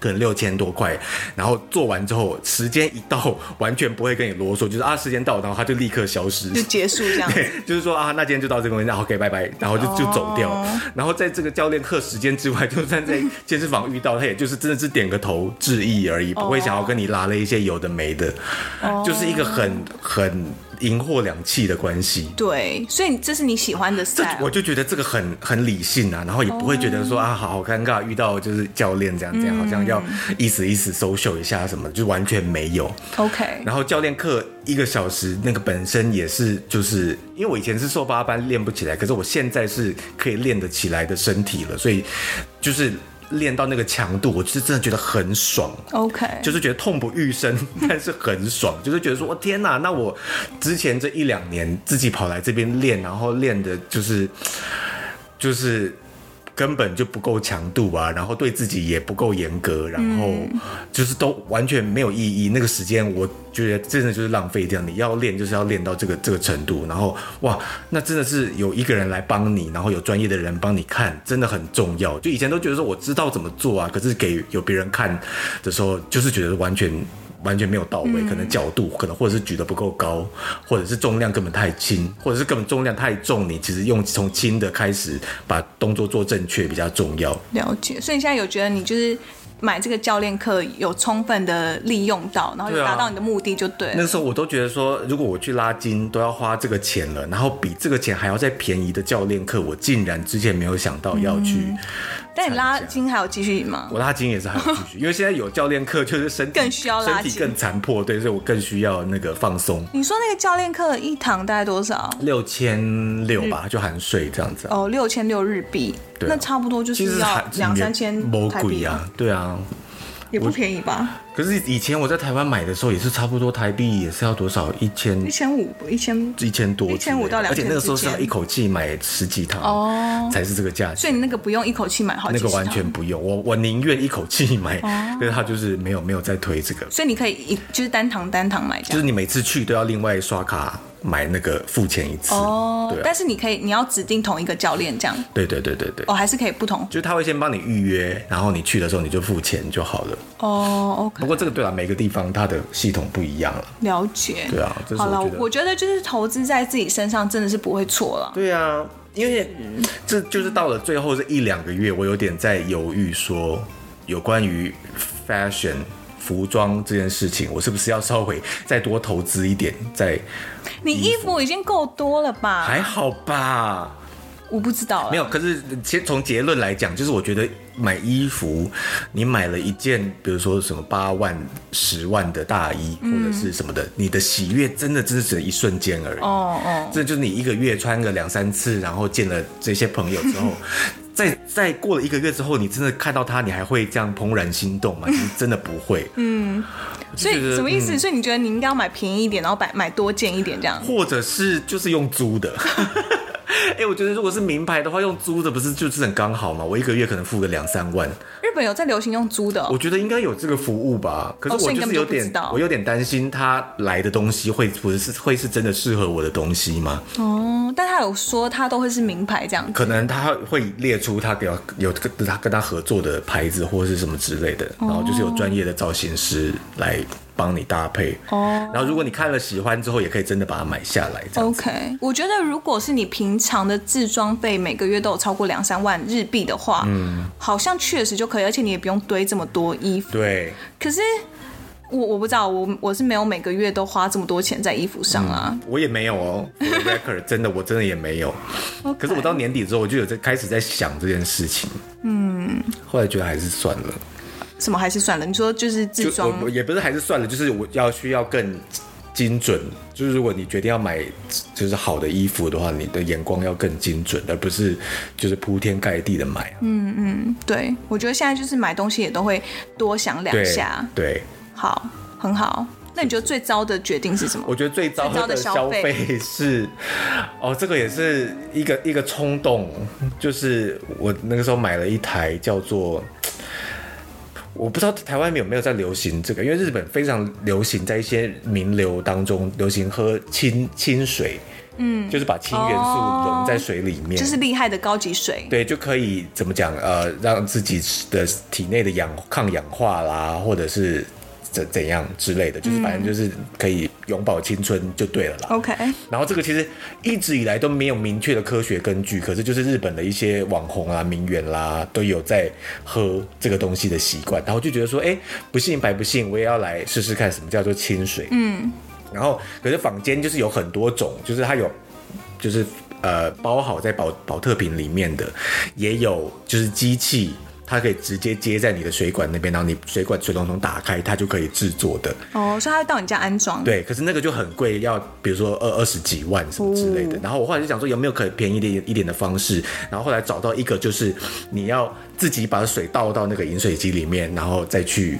可能六千多块，然后做完之后，时间一到，完全不会跟你啰嗦，就是啊，时间到了，然后他就立刻消失，就结束 这样子。对，就是说啊，那今天就到这边，然后 OK，拜拜，然后就就走掉。然后在这个教练课时间之外，就算在健身房遇到，他也就是真的是点个头致意而已，不会想要跟你拉了一些有的没的，就是一个很很银货两气的关系。对，所以这是你喜欢的这 style。我就觉得这个很很理性啊，然后也不会觉得说、啊，好好尴尬，遇到就是教练这样这样，好像要意思意思 social 一下什么的，就完全没有。 OK，然后教练课一个小时，那个本身也是就是因为我以前是瘦八班练不起来，可是我现在是可以练得起来的身体了，所以就是练到那个强度，我是真的觉得很爽。 OK，就是觉得痛不欲生， 但是很爽，就是觉得说，我天哪！那我之前这一两年自己跑来这边练，然后练的就是就是根本就不够强度啊，然后对自己也不够严格，然后就是都完全没有意义。那个时间我觉得真的就是浪费掉，你要练就是要练到这个这个程度，然后哇，那真的是有一个人来帮你，然后有专业的人帮你看，真的很重要。就以前都觉得说我知道怎么做啊，可是给有别人看的时候，就是觉得完全。完全没有到位，可能角度可能或者是举得不够高，或者是重量根本太轻，或者是根本重量太重，你其实用从轻的开始把动作做正确比较重要。了解。所以你现在有觉得你就是买这个教练课有充分的利用到，然后有对啊达到你的目的就对了。那时候我都觉得说，如果我去拉筋都要花这个钱了，然后比这个钱还要再便宜的教练课，我竟然之前没有想到要去。但你拉参加筋还有继续吗？我拉筋也是还有继 续，因为现在有教练课，就是身体更需要拉身筋体更残破，对，所以我更需要那个放松。你说那个教练课一堂大概多少？六千六吧，就含税这样子啊、哦，六千六日币，对啊那差不多就其是实要还两三千魔台鬼币啊，对啊。也不便宜吧？可是以前我在台湾买的时候，也是差不多台币也是要多少一千一千五，一千。一千多之类的， 1500到2000而且那个时候是要之一间口气买十几堂哦才是这个价所钱。以你那个不用一口气买好几那十个完堂全不用，我我宁愿一口气买，哦但是他就是没有没有再推这个，所以你可以一就是单堂单堂买这就是样。你每次去都要另外刷卡买那个付钱一次，哦，对啊但是你可以，你要指定同一个教练这样，对对对对对，哦，还是可以不同就是他会先帮你预约，然后你去的时候你就付钱就好了。哦。不 OK，过这个对啊了，每个地方它的系统不一样了。了解。对啊这是好了我觉，得我觉得就是投资在自己身上真的是不会错了。对啊，因为这就是到了最后这一两个月，我有点在犹豫说，有关于 fashion 服装这件事情，我是不是要稍微再多投资一点？再你衣服已经够多了吧？嗯还好吧？我不知道了。没有，可是先从结论来讲，就是我觉得买衣服，你买了一件，比如说什么八万、十万的大衣或者是什么的，你的喜悦真的只是一瞬间而已。哦哦，这就是你一个月穿个两三次，然后见了这些朋友 之后，再再过了一个月之后，你真的看到他，你还会这样怦然心动吗？其实真的不 会。嗯，所以什么意思？？所以你觉得你应该要买便宜一点，然后买买多件一点这样？或者是就是用租的。 哎、我觉得如果是名牌的话，用租的不是就是很刚好吗？我一个月可能付个两三万，日本有在流行用租的哦、我觉得应该有这个服务吧。可哦是所我以你就是根本就有不知点，道我有点担心他来的东西会不是会是真的适合我的东西吗？哦，但他有说他都会是名牌这样子。可能他会列出他给我有跟他跟他合作的牌子或是什么之类的，然后就是有专业的造型师来帮你搭配。哦哦然后如果你看了喜欢之后，也可以真的把它买下来。这样子 OK，我觉得如果是你平常的自装费每个月都有超过两三万日币的话，嗯，好像确实就可以，而且你也不用堆这么多衣服。对，可是我我不知道，我我是没有每个月都花这么多钱在衣服上啊。我也没有哦 for the，record 真的我真的也没有。嗯 OK 可是我到年底之后，我就有在开始在想这件事情。嗯，后来觉得还是算了，什么还是算了，你说就是自就装我我也不是还是算了，就是我要需要更。精准就是，如果你决定要买就是好的衣服的话，你的眼光要更精准，而不是就是铺天盖地的买。嗯，对，我觉得现在就是买东西也都会多想两对下。对，好，很好。那你觉得最糟的决定是什么我？觉得最糟最糟的的消消费费是，哦，这个也是一个一个冲动，就是我那个时候买了一台叫做。我不知道台湾有没有在流行这个，因为日本非常流行在一些名流当中流行喝清清水，嗯，就是把氢元素融在水里面，哦就是厉害的高级水。对，就可以怎么讲？呃，让自己的体内的氧抗氧化啦，或者是怎怎样之类的，就是反正就是可以永葆青春就对了啦。 OK，然后这个其实一直以来都没有明确的科学根据，可是就是日本的一些网红啊、名媛啦，都有在喝这个东西的习惯，然后就觉得说，哎，不信白不信，我也要来试试看什么叫做清水。嗯，然后可是坊间就是有很多种，就是它有就是呃包好在保保特瓶里面的，也有就是机器。它可以直接接在你的水管那边，然后你水管水龙头打开，它就可以制作的。哦，所以他会到你家安装。，对，可是那个就很贵，要比如说二二十几万什么之类的。然后我后来就想说，有没有可以便宜一点一点的方式？然后后来找到一个，就是你要自己把水倒到那个饮水机里面，然后再去。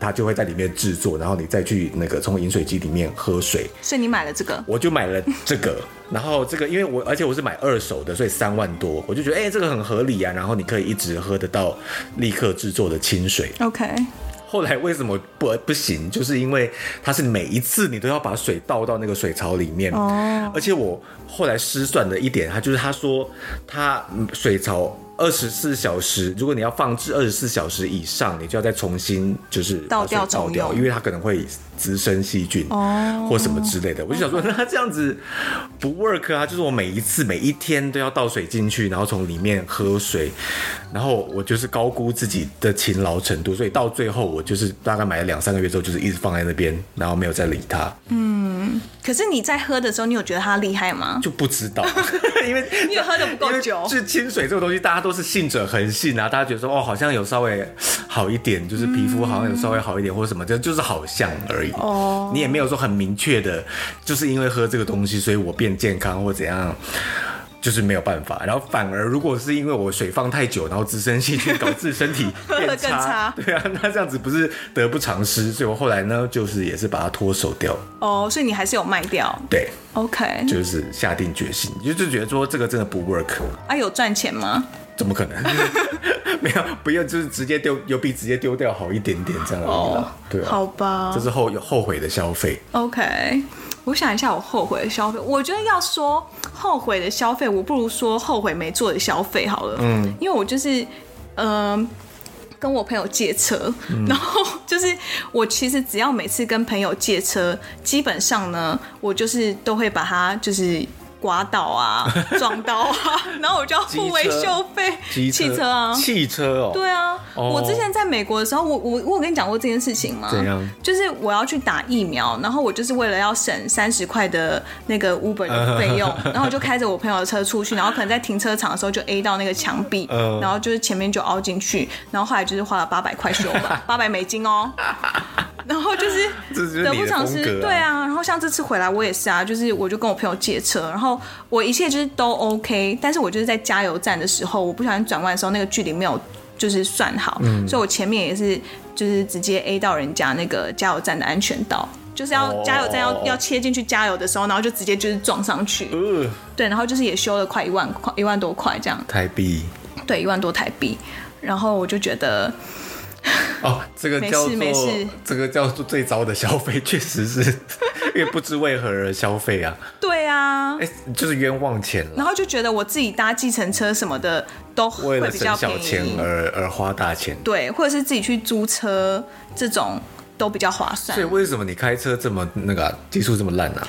它就会在里面制作，然后你再去那个从饮水机里面喝水。所以你买了这个。我就买了这个，然后这个因为我而且我是买二手的，所以三万多，我就觉得哎、这个很合理啊。然后你可以一直喝得到立刻制作的清水。 OK， 后来为什么不不行？就是因为它是每一次你都要把水倒到那个水槽里面。哦而且我后来失算的一点，它就是他说他嗯水槽二十四小时，如果你要放置二十四小时以上，你就要再重新就是倒掉把水倒重掉，用因为它可能会滋生细菌哦或什么之类的。我就想说，那这样子不 work 啊？就是我每一次每一天都要倒水进去，然后从里面喝水，然后我就是高估自己的勤劳程度，所以到最后我就是大概买了两三个月之后，就是一直放在那边，然后没有再理它，可是你在喝的时候，你有觉得它厉害吗？就不知道，因为你有喝的不因够为久，是清水这个东西，大家都是信者恒信啊，大家觉得说哦，好像有稍微好一点，就是皮肤嗯好像有稍微好一点，或者什么，这就是好像而已。哦，你也没有说很明确的，就是因为喝这个东西，所以我变健康或怎样。就是没有办法，然后反而如果是因为我水放太久，然后滋生细 菌，导致身体得变更差对啊，那这样子不是得不偿失？所以我后来呢，就是也是把它脱手掉，哦，所以你还是有卖掉。对， OK，就是下定决心，就就觉得说这个真的不 work，啊，有赚钱吗？怎么可能？ 没有，不要，就是直接丢，有比直接丢掉好一点点这样而已哦啦。对啊，好吧这。是后有后悔的消费。 OK，我想一下，我后悔的消费，我觉得要说后悔的消费，我不如说后悔没做的消费好了。嗯，因为我就是，嗯、跟我朋友借车，然后就是我其实只要每次跟朋友借车，基本上呢，我就是都会把它就是刮到 啊、撞到啊，然后我就要付维修费，机汽车啊，汽车哦，对啊，哦我之前在美国的时候，我我我有跟你讲过这件事情吗？怎样就是我要去打疫苗，然后我就是为了要省三十块的那个嗯 Uber 的费 用，然后我就开着我朋友的车出去，然后可能在停车场的时候就 A 到那个墙壁，嗯然后就是前面就凹进去，然后后来就是花了八百块修吧，八百美 金哦。然后就是这就是得你不的偿风失，格啊对啊。然后像这次回来我也是啊，就是我就跟我朋友借车，然后我一切就是都 OK，但是我就是在加油站的时候，我不小心转弯的时候那个距离没有就是算好，嗯所以我前面也是就是直接 A 到人家那个加油站的安全岛。就是要哦加油站要、要切进去加油的时候，然后就直接就是撞上去，呃，对，然后就是也修了快一万块一万多块这样，台币对，一万多台币，然后我就觉得哦，这个没事叫没做事这个叫做最糟的消费， 确实是因为不知为何而消费啊，对啊，哎，就是冤枉钱了。然后就觉得我自己搭计程车什么的都为嗯会了比省较小便钱宜，而而花大钱，对，或者是自己去租车这种都比较划算所以。为什么你开车这么那个啊、技术这么烂啊？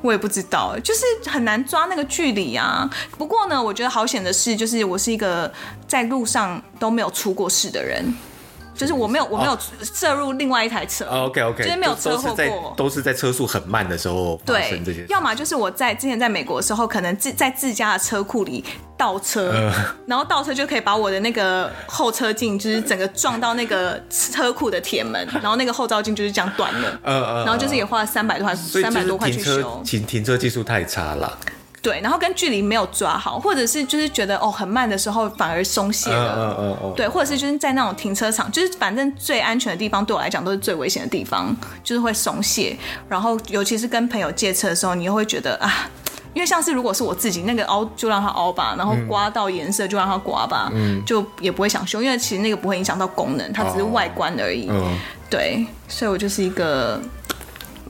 我也不知道，就是很难抓那个距离啊。不过呢，我觉得好险的是，就是我是一个在路上都没有出过事的人，就是我没有我哦没有涉入另外一台车。 OK OK，就是没有啊都车祸是在过都是在车速很慢的时候发对生这些事，。要么就是我在之前在美国的时候，可能自在自家的车库里倒车，呃然后倒车就可以把我的那个后车镜就是整个撞到那个车库的铁门，然后那个后照镜就是这样断 了，嗯嗯然后就是也花了三百多块，所以三就百是多块停去车修，停停车技术太差了。对，然后跟距离没有抓好，或者是就是觉得哦很慢的时候反而松懈了。嗯嗯嗯，对，或者是就是在那种停车场，就是反正最安全的地方对我来讲都是最危险的地方，就是会松懈。然后尤其是跟朋友借车的时候，你又会觉得啊。因为像是如果是我自己那个凹就让它凹吧，然后嗯刮到颜色就让它刮吧，就也不会想修，因为其实那个不会影响到功能，它只是外观而已。哦嗯，对，所以我就是一个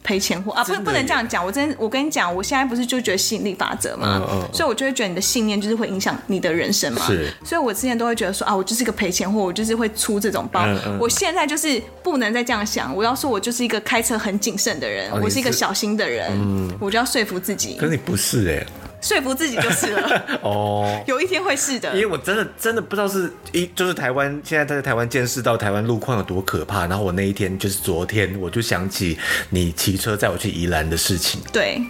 赔钱货啊，不真的不能耶这样讲。我真我跟你讲，我现在不是就觉得吸引力法则嘛，嗯嗯嗯所以我就会觉得你的信念就是会影响你的人生嘛。是所以我之前都会觉得说啊，我就是一个赔钱货，我就是会出这种包。嗯嗯嗯我现在就是不能再这样想，我要说我就是一个开车很谨慎的人，哦你我是一个是嗯小心的人，我就要说服自己可，是你不是哎、说服自己就是 了，哦。有一天会是的因。为我真的真的不知道是一就是台湾现在在台湾见识到台湾路况有多可怕，然后我那一天就是昨天我就想起你骑车载我去宜兰的事情，对，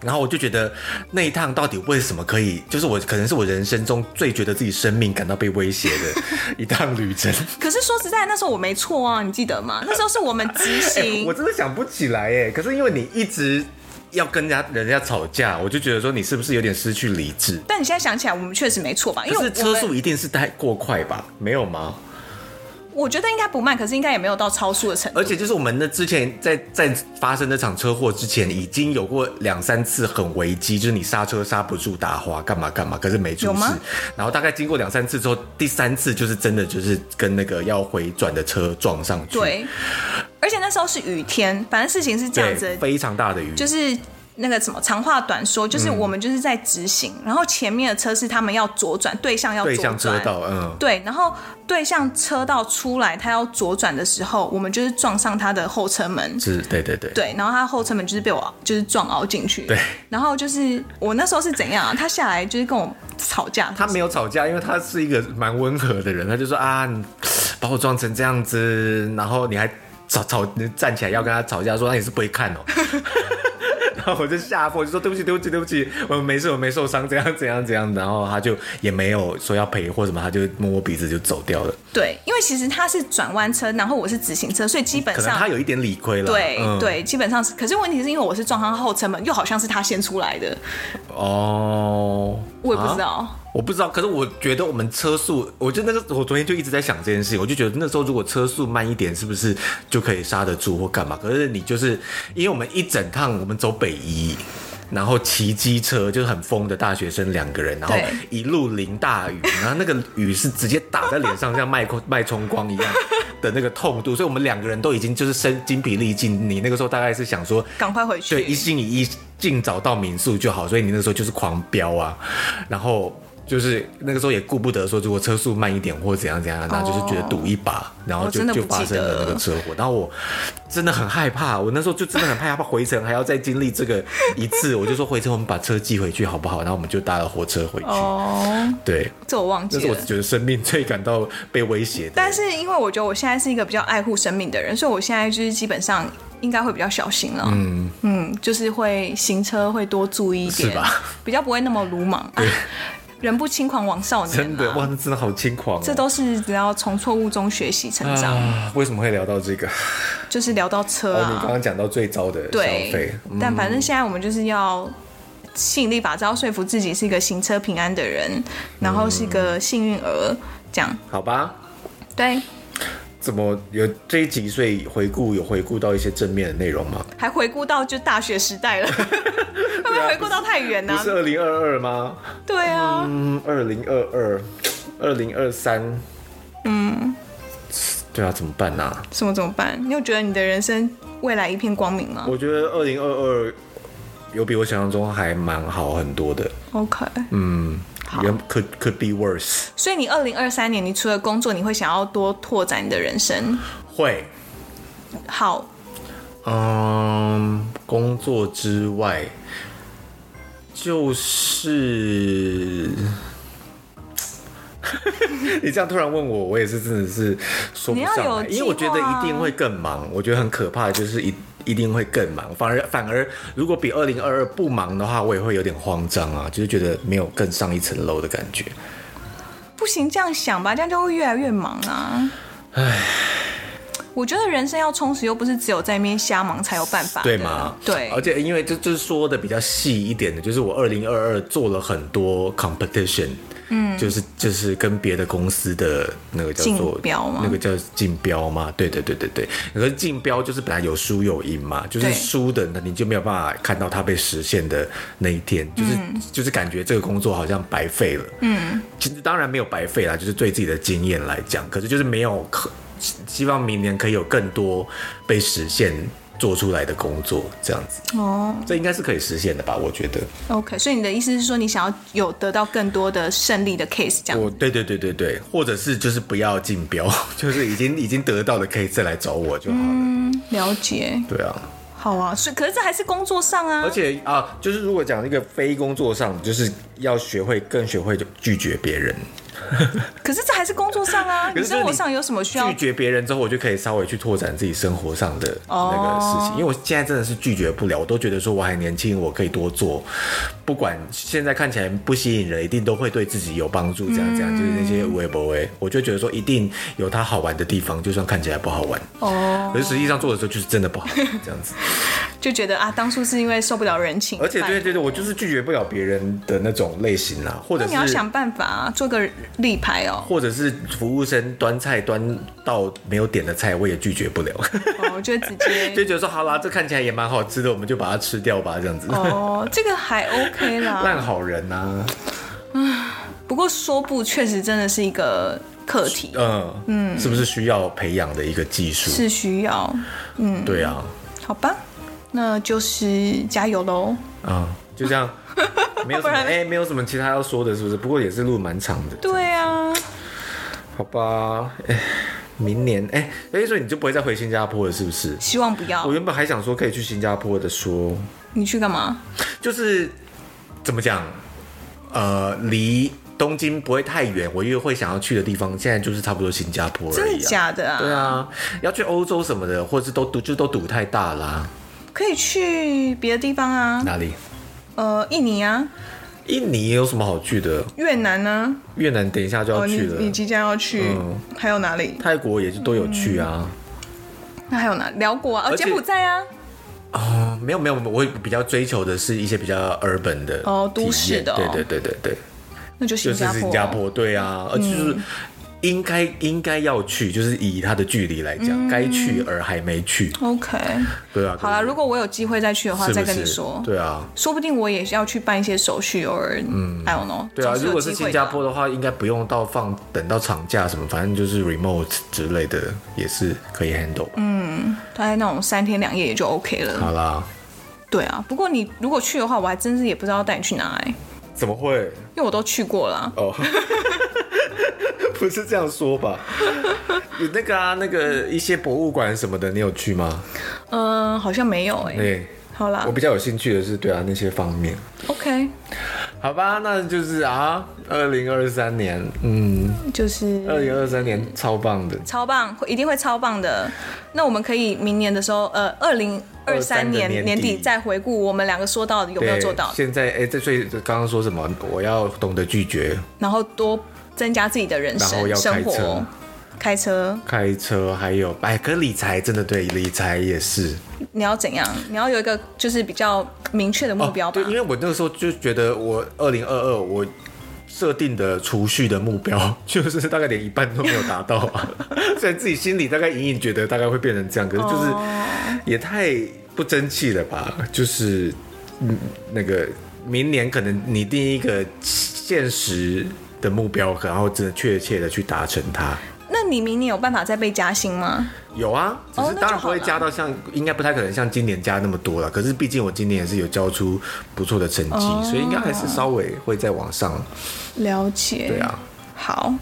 然后我就觉得那一趟到底为什么可以，就是我可能是我人生中最觉得自己生命感到被威胁 的一趟旅程。可是说实在，那时候我没错啊，你记得吗？那时候是我们 执行，哎我真的想不起来哎，可是因为你一直要跟人家人家吵架，我就觉得说你是不是有点失去理智？但你现在想起来，我们确实没错吧？因为可我是们车速一定是太过快吧？没有吗？我觉得应该不慢，可是应该也没有到超速的程度。而且就是我们那之前在在发生那场车祸之前，已经有过两三次很危机，就是你刹车刹不住打滑干嘛干嘛，可是没出有事吗。然后大概经过两三次之后，第三次就是真的就是跟那个要回转的车撞上去，对，而且那时候是雨天，反正事情是这样对，子，非常大的雨，就是。那个什么长话短说，就是嗯我们就是在直行，然后前面的车是他们要左转，对象要对左向车转，道，嗯，对，然后对向车道出来，他要左转的时候，我们就是撞上他的后车门，是，对对对，对，然后他后车门就是被我就是撞凹进去，对，然后就是我那时候是怎样啊？他下来就是跟我吵架，他没有吵架，因为他是一个蛮温和的人，他就说啊，你把我撞成这样子，然后你还吵吵你站起来要跟他吵架，说那你是不会 看哦。 然后我就吓破，我就说对不起，对不起，对不起，我没事，我没受伤，怎样怎样怎样。然后他就也没有说要赔或什么，他就摸摸鼻子就走掉了。对，因为其实他是转弯车，然后我是直行车，所以基本可能上他有一点理亏了。对、嗯，对，基本上是。可是问题是因为我是撞上后车门，又好像是他先出来的，哦，我也不知啊道。我不知道，可是我觉得我们车速，我就那个，我昨天就一直在想这件事情，我就觉得那时候如果车速慢一点，是不是就可以刹得住或干嘛？可是你就是因为我们一整趟我们走北宜。然后骑机车就是很疯的大学生两个人，然后对一路淋大雨，然后那个雨是直接打在脸上，像脉 冲脉冲光一样的那个痛度，所以我们两个人都已经就是身精疲力尽。你那个时候大概是想说，赶快回去对，一心一意尽早到民宿就好。所以你那个时候就是狂飙啊，然后就是那个时候也顾不得说如果车速慢一点或怎样怎样，然后就是觉得赌一把，然后我就哦真的不就发生了那个车祸。然后我真的很害怕，我那时候就真的很害怕回程还要再经历这个一次，我就说回程我们把车寄回去好不好？然后我们就搭了火车回去。哦，对，这我忘那记是我了。觉得生命最感到被威胁的。但是因为我觉得我现在是一个比较爱护生命的人，所以我现在就是基本上应该会比较小心了。嗯就是会行车会多注意一点，是吧比较不会那么鲁莽。啊、人不轻狂枉少年、啊，真的哇，，那真的好轻狂、哦。这都是只要从错误中学习成长。啊，为什么会聊到这个？就是聊到车哦，啊，你刚刚讲到最糟的消费嗯对，，但反正现在我们就是要吸引力法则，要说服自己是一个行车平安的人，然后是一个幸运儿，这样好吧。对，怎么有这一集？所以回顾有回顾到一些正面的内容吗？还回顾到就大学时代 了，会不会回顾到太远呢、不啊是？二零二二吗？对啊，嗯，二零二二，二零二三，嗯，对啊，怎么办呢、啊？什么怎么办？你有觉得你的人生未来一片光明吗我觉得二零二二有比我想象中还蛮好很多的， ？OK，嗯，原 could could be worse，所以你二零二三年，你除了工作，你会想要多拓展你的人生。会，好，嗯，工作之外，就是。 你这样突然问我，我也是真的是说不你要有上来，因为我觉得计划啊一定会更忙。我觉得很可怕的就是一一定会更忙，反而反而如果比二零二二不忙的话，我也会有点慌张啊，就是觉得没有更上一层楼的感觉。不行，这样想吧，这样就会越来越忙啊。我觉得人生要充实，又不是只有在那边瞎忙才有办法的。对啊吗？对，而且因为这就是说的比较细一点的，就是我二零二二做了很多 competition，嗯，就是就是跟别的公司的那个叫做竞标吗那个叫竞标嘛，对对对对对。可是竞标就是本来有输有赢嘛，就是对输的呢你就没有办法看到它被实现的那一天，就是、嗯就是感觉这个工作好像白费了，嗯，其实当然没有白费啦，就是对自己的经验来讲，可是就是没有可。希希望明年可以有更多被实现做出来的工作，这样子，哦这应该是可以实现的吧？我觉得， ，OK，所以你的意思是说，你想要有得到更多的胜利的 case，这样我对对对对对，或者是就是不要竞标， 就是已经已经得到的可以再来找我就好了。嗯了解。对啊，好啊，所以可是这还是工作上啊而。且啊，就是如果讲一个非工作上，就是要学会更学会拒绝别人。可是这还是工作上啊。 可你是就是生活上有什么需要拒？绝别人之后，我就可以稍微去拓展自己生活上的那哦个事情，因为我现在真的是拒绝不了，我都觉得说我还年轻，我可以多做，不管现在看起来不吸引人，一定都会对自己有帮助。这样这样，就是那嗯些微博微，我就觉得说一定有它好玩的地方，就算看起来不好玩，哦，可是实际上做的时候就是真的不好玩这 样子。就觉得啊，当初是因为受不了人情。而且对对，对对，我就是拒绝不了别人的那种类型啊，或者是那你要想办法、啊、做个立牌 哦。或者是服务生端菜端到没有点的菜，我也拒绝不了。 哦，就直接就觉得说好啦，这看起来也蛮好吃的，我们就把它吃掉吧，这样子。哦，这个还 OK 啦。烂好人啊呐、不过说不确实真的是一个课题，嗯嗯，是不是需要培养的一个技术？是需要，对啊，好吧？那就是加油喽！啊、就 这样，没有什么哎、没有什么其他要说的，是不是？不过也是录蛮长的，对啊，好吧？哎、明年哎，哎、所以你就不会再回新加坡了，是不是？希望不要我。原本还想说可以去新加坡的说，你去干嘛？就是怎么讲，呃，离东京不会太远，我约会想要去的地方，现在就是差不多新加坡而已、啊。真的假的对啊？啊，要去欧洲什么的，或者是都赌就都赌太大啦、可以去别的地方啊，哪里？呃，印尼啊，印尼有什么好去的？越南呢、越南等一下就啊？要哦，你去嗯了，你即将要去，还有哪里？泰国也就都有去啊。那还有哪？辽国啊，哦，而且柬埔寨啊，哦，没有没有，我比较追求的是一些比较 urban 的哦都体验市的哦对对对对对，那就就新是加坡。嗯新加坡，对啊，而且就是应该应该要去，就是以它的距离来讲，该去而还没去， OK，对啊。嗯好啦，可是如果我有机会再去的话，是不再是跟你说。对啊，说不定我也是要去办一些手续，or I don't know。对啊，总有如果是机会新的加坡的话，应该不用到放等到长假什么，反正就是 remote 之类的也是可以 handle 吧。嗯，大概那种三天两夜也就 OK 了。好啦，对啊，不过你如果去的话，我还真是也不知道带你去哪哎、怎么会？因为我都去过啦。哦， 不是这样说吧？有那个啊，那个一些博物馆什么的，你有去吗？嗯、好像没有哎、对，好啦我比较有兴趣的是对啊那些方面。 ，OK，好吧，那就是啊，二零二三年，嗯，就是二零二三年超棒的。超棒，会一定会超棒的。那我们可以明年的时候，呃，二零二23三年年底年底再回顾我们两个说到的有没有对做到，现在哎，这所以刚刚说什么？我要懂得拒绝，然后多增加自己的人然后生要生开车活。开车，开车，还有哎，可理财真的对，理财也是你要怎样？你要有一个就是比较明确的目标吧哦啊对，。因为我那个时候就觉得我二零二二我。设定的储蓄的目标， 就是大概连一半都没有达到啊。 虽然自己心里大概隐隐觉得大概会变成这样，哦可是就是也太不争气了吧？就是嗯，那个明年可能你定一个现实的目标，然后真的确切的去达成它。那你明年有办法再被加薪吗？有啊，只哦是那当然就不好会了加到像，应该不太可能像今年加那么多了。可是毕竟我今年也是有交出不错的成绩，哦所以应该还是稍微会再往上。了解。对啊，好，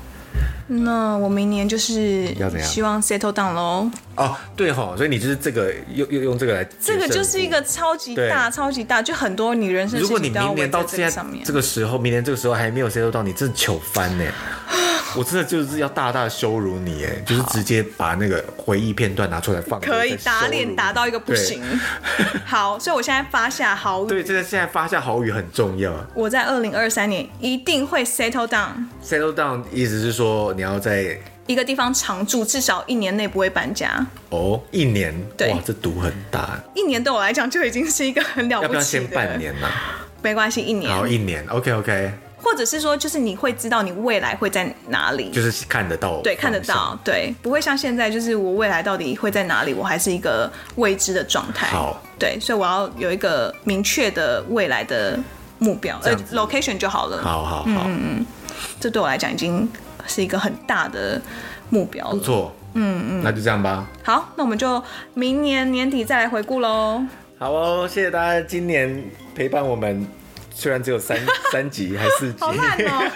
那我明年就是要怎样希望 settle down 喽。哦，对哈，所以你就是这个用用用这个来，这个就是一个。超级大、超级大，就很多你人生如事果你情都要明围年到在这现个在上面这。个时候，明年这个时候还没有 settle 到，你真的糗翻 呢！我真的就是要大大羞辱你哎，就是直接把那个回忆片段拿出来放，可以再羞打辱脸你打到一个不对行。 好，所以我现在发下豪对，语，这个现在发下好语很重要。我在二零二三年一定会 settle down， settle down 意思是说你要在一个地方常住，至少一年内不会搬家。哦，一年，对哇，这毒很大，一年对我来讲就已经是一个很了要不要起先的，半年呢、没关系，一年然，后一年，OK OK，或者是说，就是你会知道你未来会在哪里，就是看得到，对，看得到，对，不会像现在，就是我未来到底会在哪里，我还是一个未知的状态。好，对，所以我要有一个明确的未来的目标，呃样子，location 就好了。方向。好好好，嗯这对我来讲已经是一个很大的目标不了。错，嗯嗯，那就这样吧。好，那我们就明年年底再来回顾喽。好哦，谢谢大家今年陪伴我们，虽然只有 三三集还四集好，烂哦、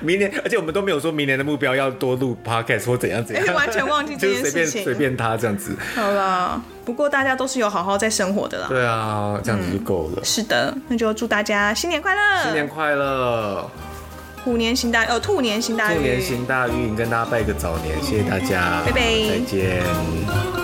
明年，而且我们都没有说明年的目标要多录 podcast 或怎样怎哎样，完全忘记这就是随件事便情随便他这样子，好啦，不过大家都是有好好在生活的啦。对啊，这样子就够了。是的，那就祝大家新年快乐，新年快乐，虎年行大，呃，兔年行大兔运，年行大运，跟大家拜个早年，谢谢大家，拜拜再见。 「